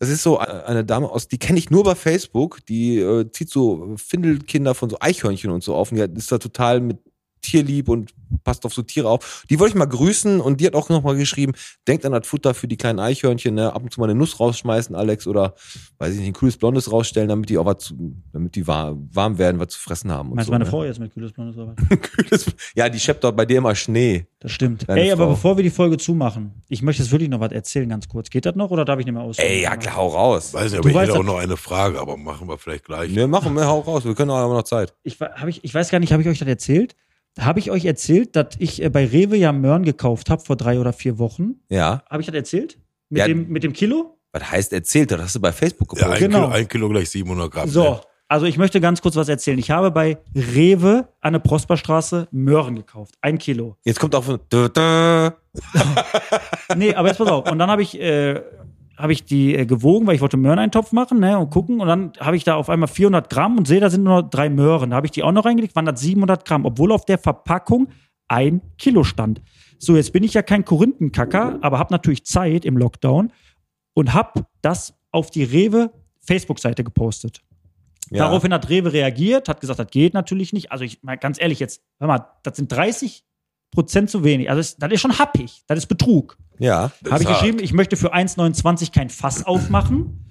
Speaker 3: Das ist so äh, eine Dame aus, die kenne ich nur bei Facebook, die äh, zieht so Findelkinder von so Eichhörnchen und so auf. Und die hat- ist da total mit tierlieb und passt auf so Tiere auf. Die wollte ich mal grüßen und die hat auch nochmal geschrieben, denkt an das Futter für die kleinen Eichhörnchen, ne? ab und zu mal eine Nuss rausschmeißen, Alex, oder weiß ich nicht, ein cooles Blondes rausstellen, damit die auch was, zu, damit die warm, warm werden, was zu fressen haben. Und
Speaker 4: Meinst
Speaker 3: so,
Speaker 4: meine
Speaker 3: ne?
Speaker 4: Frau jetzt mit kühles Blondes oder was?
Speaker 3: Kühles- ja, die scheppt dort bei dir immer Schnee.
Speaker 4: Das stimmt.
Speaker 3: Deine
Speaker 4: Ey, aber
Speaker 3: Frau.
Speaker 4: bevor wir die Folge zumachen, ich möchte jetzt wirklich noch was erzählen, ganz kurz. Geht das noch oder darf ich nicht mehr aus?
Speaker 3: Ey, ja klar, hau raus.
Speaker 5: Weiß nicht,
Speaker 4: Du
Speaker 5: aber ich
Speaker 4: weißt
Speaker 5: hätte auch
Speaker 4: doch-
Speaker 5: noch eine Frage, aber machen wir vielleicht gleich.
Speaker 3: Ne, machen wir, hau raus, wir können auch immer noch Zeit.
Speaker 4: Ich, wa- hab ich, ich weiß gar nicht, habe ich euch das erzählt? Habe ich euch erzählt, dass ich äh, bei Rewe ja Möhren gekauft habe vor drei oder vier Wochen?
Speaker 3: Ja,
Speaker 4: Habe ich das erzählt? Mit,
Speaker 3: Ja.
Speaker 4: dem, mit dem Kilo?
Speaker 3: was heißt erzählt, das hast du bei Facebook
Speaker 5: Ja, ein,
Speaker 3: gepostet.
Speaker 4: Genau.
Speaker 5: Kilo, ein Kilo gleich 700 Gramm.
Speaker 4: So,
Speaker 5: ne?
Speaker 4: also ich möchte ganz kurz was erzählen. Ich habe bei Rewe an der Prosperstraße Möhren gekauft. Ein Kilo.
Speaker 3: Jetzt kommt auch von, dö, dö.
Speaker 4: Nee, aber jetzt pass auf. Und dann habe ich, äh, habe ich die äh, gewogen, weil ich wollte Möhreneintopf machen ne, und gucken. Und dann habe ich da auf einmal 400 Gramm und sehe, da sind nur noch drei Möhren. Da habe ich die auch noch reingelegt, waren das 700 Gramm, obwohl auf der Verpackung ein Kilo stand. So, jetzt bin ich ja kein Korinthenkacker, aber habe natürlich Zeit im Lockdown und habe das auf die Rewe Facebook-Seite gepostet.
Speaker 3: Ja.
Speaker 4: Daraufhin hat Rewe reagiert, hat gesagt, das geht natürlich nicht. Also ich mal ganz ehrlich jetzt, hör mal, das sind 30 Prozent zu wenig. Also das, das ist schon happig, das ist Betrug.
Speaker 3: ja.
Speaker 5: Das
Speaker 4: Habe ich
Speaker 5: ist hart.
Speaker 4: geschrieben, ich möchte für 1,29 kein Fass aufmachen.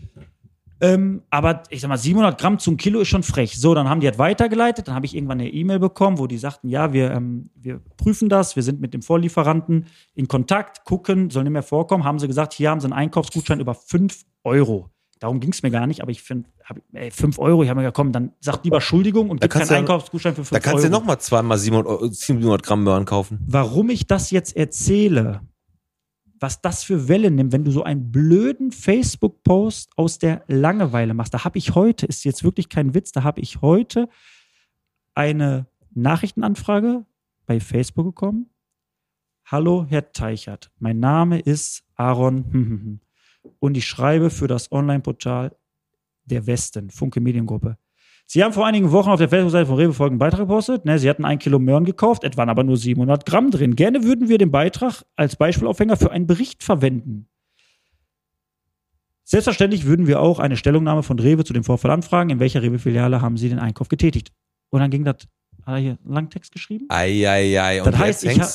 Speaker 4: ähm, aber ich sag mal, 700 Gramm zum Kilo ist schon frech. So, dann haben die halt weitergeleitet. Dann habe ich irgendwann eine E-Mail bekommen, wo die sagten, ja, wir, ähm, wir prüfen das. Wir sind mit dem Vorlieferanten in Kontakt, gucken, soll nicht mehr vorkommen. Haben sie gesagt, hier haben sie einen Einkaufsgutschein über 5 Euro. Darum ging es mir gar nicht, aber ich finde, 5 Euro, ich habe mir gedacht, komm, dann sagt lieber Schuldigung und
Speaker 3: Da
Speaker 4: gibt keinen
Speaker 3: kannst du ja-
Speaker 4: Einkaufsgutschein für 5
Speaker 3: Da kannst du
Speaker 4: Euro
Speaker 3: nochmal zweimal 700, Euro- 700 Gramm Möhren kaufen.
Speaker 4: warum ich das jetzt erzähle, was das für Wellen nimmt, wenn du so einen blöden Facebook-Post aus der Langeweile machst. Da habe ich heute, ist jetzt wirklich kein Witz, da habe ich heute eine Nachrichtenanfrage bei Facebook gekommen. Hallo, Herr Teichert. Mein Name ist Aaron und ich schreibe für das Online-Portal der Westen, Funke Mediengruppe. Sie haben vor einigen Wochen auf der Facebook-Seite von Rewe folgenden Beitrag gepostet. Ne, Sie hatten ein Kilo Möhren gekauft, etwa waren aber nur 700 Gramm drin. Gerne würden wir den Beitrag als Beispielaufhänger für einen Bericht verwenden. Selbstverständlich würden wir auch eine Stellungnahme von Rewe zu dem Vorfall anfragen. In welcher Rewe-Filiale haben Sie den Einkauf getätigt? Und dann ging das, hat er hier einen Langtext geschrieben?
Speaker 3: Eieiei.
Speaker 4: Das heißt, ich, ha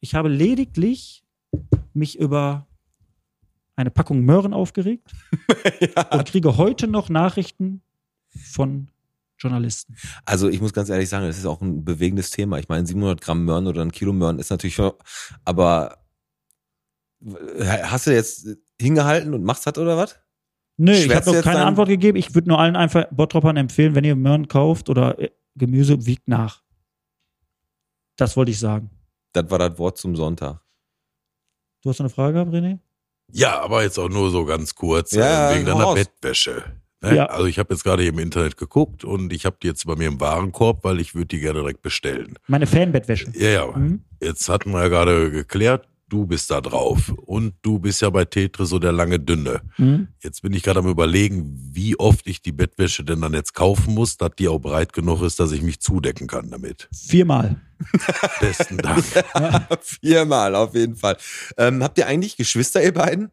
Speaker 4: ich habe lediglich mich über eine Packung Möhren aufgeregt und kriege heute noch Nachrichten von Journalisten.
Speaker 3: Also ich muss ganz ehrlich sagen, das ist auch ein bewegendes Thema. Ich meine, 700 Gramm Möhren oder ein Kilo Möhren ist natürlich, schon- aber hast du jetzt hingehalten und machst das oder was?
Speaker 4: Nö, ich
Speaker 3: Schwärzt
Speaker 4: habe noch
Speaker 3: jetzt
Speaker 4: keine
Speaker 3: dann-
Speaker 4: Antwort gegeben. Ich würde nur allen einfach Bottropern empfehlen, wenn ihr Möhren kauft oder äh, Gemüse, wiegt nach. Das wollte ich sagen.
Speaker 3: Das war das Wort zum Sonntag.
Speaker 4: Du hast noch eine Frage gehabt, René?
Speaker 1: Ja, aber jetzt auch nur so ganz kurz
Speaker 3: Ja,
Speaker 1: äh, wegen
Speaker 3: hau
Speaker 1: deiner
Speaker 3: raus.
Speaker 1: Bettwäsche. Ne?
Speaker 4: Ja.
Speaker 1: Also ich habe jetzt gerade hier im Internet geguckt und ich habe die jetzt bei mir im Warenkorb, weil ich würde die gerne direkt bestellen.
Speaker 4: Meine Fanbettwäsche.
Speaker 1: Ja, ja.
Speaker 4: Mhm.
Speaker 1: Jetzt hatten wir ja gerade geklärt, du bist da drauf und du bist ja bei Tetris so der lange Dünne.
Speaker 4: Mhm.
Speaker 1: Jetzt bin ich gerade am überlegen, wie oft ich die Bettwäsche denn dann jetzt kaufen muss, dass die auch breit genug ist, dass ich mich zudecken kann damit.
Speaker 4: Viermal.
Speaker 1: Besten Dank.
Speaker 3: Viermal auf jeden Fall. Ähm, habt ihr eigentlich Geschwister, ihr beiden?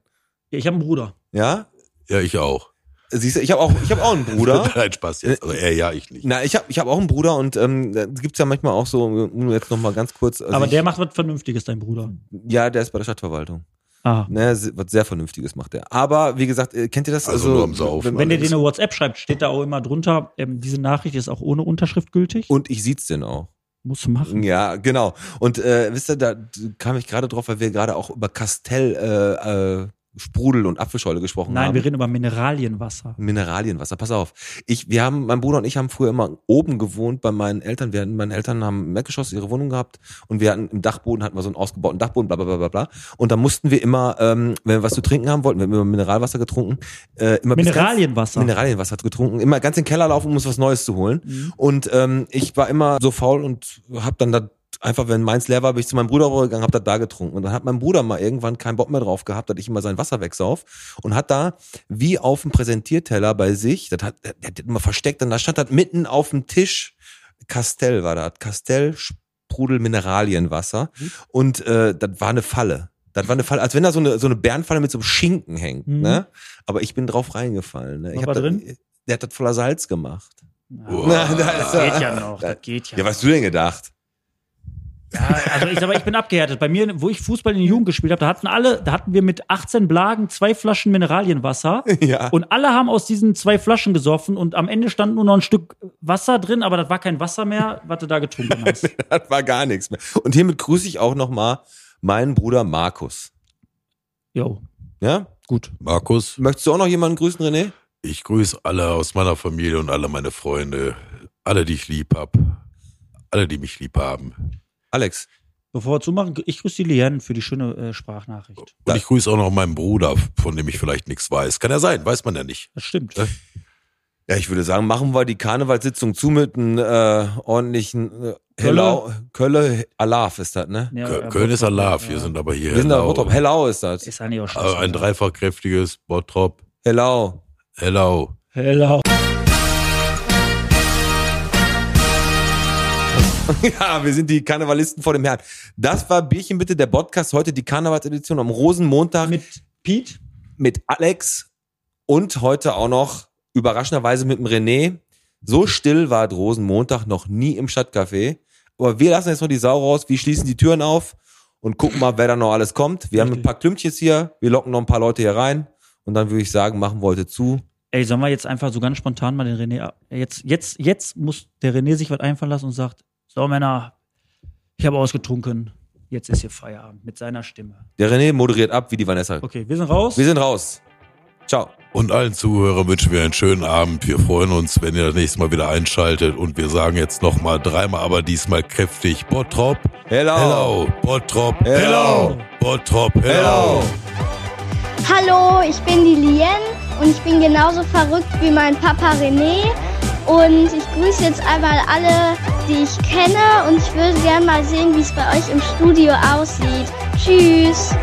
Speaker 4: Ja, ich habe einen Bruder.
Speaker 3: Ja?
Speaker 1: Ja, ich auch.
Speaker 3: Siehst du, ich habe auch, ich hab auch einen Bruder.
Speaker 1: Nein, Spaß jetzt. Also er ja, ich nicht.
Speaker 3: Na, ich habe ich hab auch einen Bruder und ähm, da gibt's ja manchmal auch so, um jetzt nochmal ganz kurz. also
Speaker 4: aber
Speaker 3: ich,
Speaker 4: der macht was Vernünftiges, dein Bruder.
Speaker 3: Ja, der ist bei der Stadtverwaltung.
Speaker 4: Ah.
Speaker 3: Ne, se- was sehr Vernünftiges macht der. Aber wie gesagt, äh, kennt ihr das?
Speaker 1: Also nur am Saufen.
Speaker 3: wenn-
Speaker 4: Wenn
Speaker 1: Wenn
Speaker 4: ihr
Speaker 1: ihr
Speaker 4: dir
Speaker 1: den
Speaker 4: eine WhatsApp schreibt, steht da auch immer drunter, ähm, diese Nachricht ist auch ohne Unterschrift gültig.
Speaker 3: Und ich sieht's denn auch.
Speaker 4: Musst du machen.
Speaker 3: Ja, genau. Und äh, wisst ihr, da kam ich gerade drauf, weil wir gerade auch über Castell, äh, äh, Sprudel und Apfelschorle gesprochen
Speaker 4: Nein,
Speaker 3: haben.
Speaker 4: wir reden über Mineralienwasser.
Speaker 3: Mineralienwasser. Pass auf. Ich, wir haben, mein Bruder und ich haben früher immer oben gewohnt bei meinen Eltern. Wir hatten, meine Eltern haben im Erdgeschoss ihre Wohnung gehabt und wir hatten im Dachboden hatten wir so einen ausgebauten Dachboden, bla bla bla bla bla. Und da mussten wir immer, ähm, wenn wir was zu trinken haben wollten, wenn wir immer Mineralwasser getrunken, äh, immer bis ganz-
Speaker 4: Mineralienwasser.
Speaker 3: Mineralienwasser hat getrunken, immer ganz in den Keller laufen, um uns was Neues zu holen.
Speaker 4: Mhm.
Speaker 3: Und ähm, ich war immer so faul und hab dann da einfach, wenn meins leer war, bin ich zu meinem Bruder rübergegangen, hab das da getrunken. Und dann hat mein Bruder mal irgendwann keinen Bock mehr drauf gehabt, dass ich immer sein Wasser wegsauf und hat da wie auf dem Präsentierteller bei sich, das hat, der hat das immer versteckt und da stand das mitten auf dem Tisch, Castell war das, Castell Sprudel Mineralienwasser
Speaker 4: Mhm.
Speaker 3: und äh, das war eine Falle. Das war eine Falle, als wenn da so eine, so eine Bärenfalle mit so einem Schinken hängt,
Speaker 4: Mhm.
Speaker 3: ne? Aber ich bin drauf reingefallen. Ne?
Speaker 4: Was
Speaker 3: ich
Speaker 4: war
Speaker 3: hab
Speaker 4: drin?
Speaker 3: Das, der hat das voller Salz gemacht.
Speaker 1: Boah.
Speaker 3: Na, da ist
Speaker 4: Das
Speaker 3: er.
Speaker 4: geht ja noch, das geht ja.
Speaker 3: Oh. Ja, was hast du denn gedacht?
Speaker 4: Also ich, aber ich bin abgehärtet. Bei mir, wo ich Fußball in der Jugend gespielt habe, da hatten alle, da hatten wir mit 18 Blagen zwei Flaschen Mineralienwasser.
Speaker 3: Ja.
Speaker 4: Und alle haben aus diesen zwei Flaschen gesoffen und am Ende stand nur noch ein Stück Wasser drin, aber das war kein Wasser mehr, was du da getrunken hast.
Speaker 3: Das war gar nichts mehr. Und hiermit grüße ich auch nochmal meinen Bruder Markus.
Speaker 4: Jo,
Speaker 3: Ja?
Speaker 4: gut.
Speaker 1: Markus,
Speaker 3: Möchtest du auch noch jemanden grüßen, René?
Speaker 1: ich grüße alle aus meiner Familie und alle meine Freunde, alle, die ich lieb hab, alle, die mich lieb haben.
Speaker 3: Alex.
Speaker 4: Bevor wir zumachen, ich grüße die Liane für die schöne äh, Sprachnachricht.
Speaker 1: Und ich grüße auch noch meinen Bruder, von dem ich vielleicht nichts weiß. Kann ja sein, weiß man ja nicht.
Speaker 4: Das stimmt.
Speaker 3: Ja, ich würde sagen, machen wir die Karnevalssitzung zu mit einem äh, ordentlichen äh, Hellau. Kölle, Alaf ist das, ne?
Speaker 4: Ja,
Speaker 1: Kö-
Speaker 4: äh,
Speaker 1: Köln ist
Speaker 4: Bottrop,
Speaker 1: Alarv,
Speaker 4: ja.
Speaker 1: wir sind aber hier.
Speaker 3: Wir sind da
Speaker 1: Hellau.
Speaker 3: Bottrop. Hellau ist das.
Speaker 4: Ist eigentlich auch scheiße.
Speaker 1: Also ein dreifachkräftiges Bottrop.
Speaker 3: Hellau.
Speaker 1: Hello.
Speaker 4: Hello.
Speaker 3: Ja, wir sind die Karnevalisten vor dem Herrn. Das war Bierchen bitte, der Podcast heute, die Karnevalsedition am Rosenmontag mit,
Speaker 4: Mit Pete.
Speaker 3: mit Alex und heute auch noch überraschenderweise mit dem René. So still war Rosenmontag noch nie im Stadtcafé. Aber wir lassen jetzt noch die Sau raus, wir schließen die Türen auf und gucken mal, wer da noch alles kommt. Wir haben ein
Speaker 4: Richtig.
Speaker 3: paar Klümpchens hier, wir locken noch ein paar Leute hier rein und dann würde ich sagen, machen wir heute zu.
Speaker 4: Ey, sollen wir jetzt einfach so ganz spontan mal den René ab. Jetzt, jetzt, jetzt muss der René sich was einfallen lassen und sagt: So, Männer, ich habe ausgetrunken. Jetzt ist hier Feierabend mit seiner Stimme.
Speaker 3: Der René moderiert ab wie die Vanessa.
Speaker 4: Okay, wir sind raus.
Speaker 3: Wir sind raus. Ciao.
Speaker 1: Und allen Zuhörern wünschen wir einen schönen Abend. Wir freuen uns, wenn ihr das nächste Mal wieder einschaltet. Und wir sagen jetzt nochmal dreimal, aber diesmal kräftig. Bottrop,
Speaker 3: Hello.
Speaker 1: hello. Bottrop,
Speaker 3: Hello.
Speaker 1: hello. Bottrop,
Speaker 3: Hello.
Speaker 1: hello.
Speaker 6: Hallo, ich bin die Lien und ich bin genauso verrückt wie mein Papa René. Und ich grüße jetzt einmal alle, die ich kenne und ich würde gerne mal sehen, wie es bei euch im Studio aussieht. Tschüss!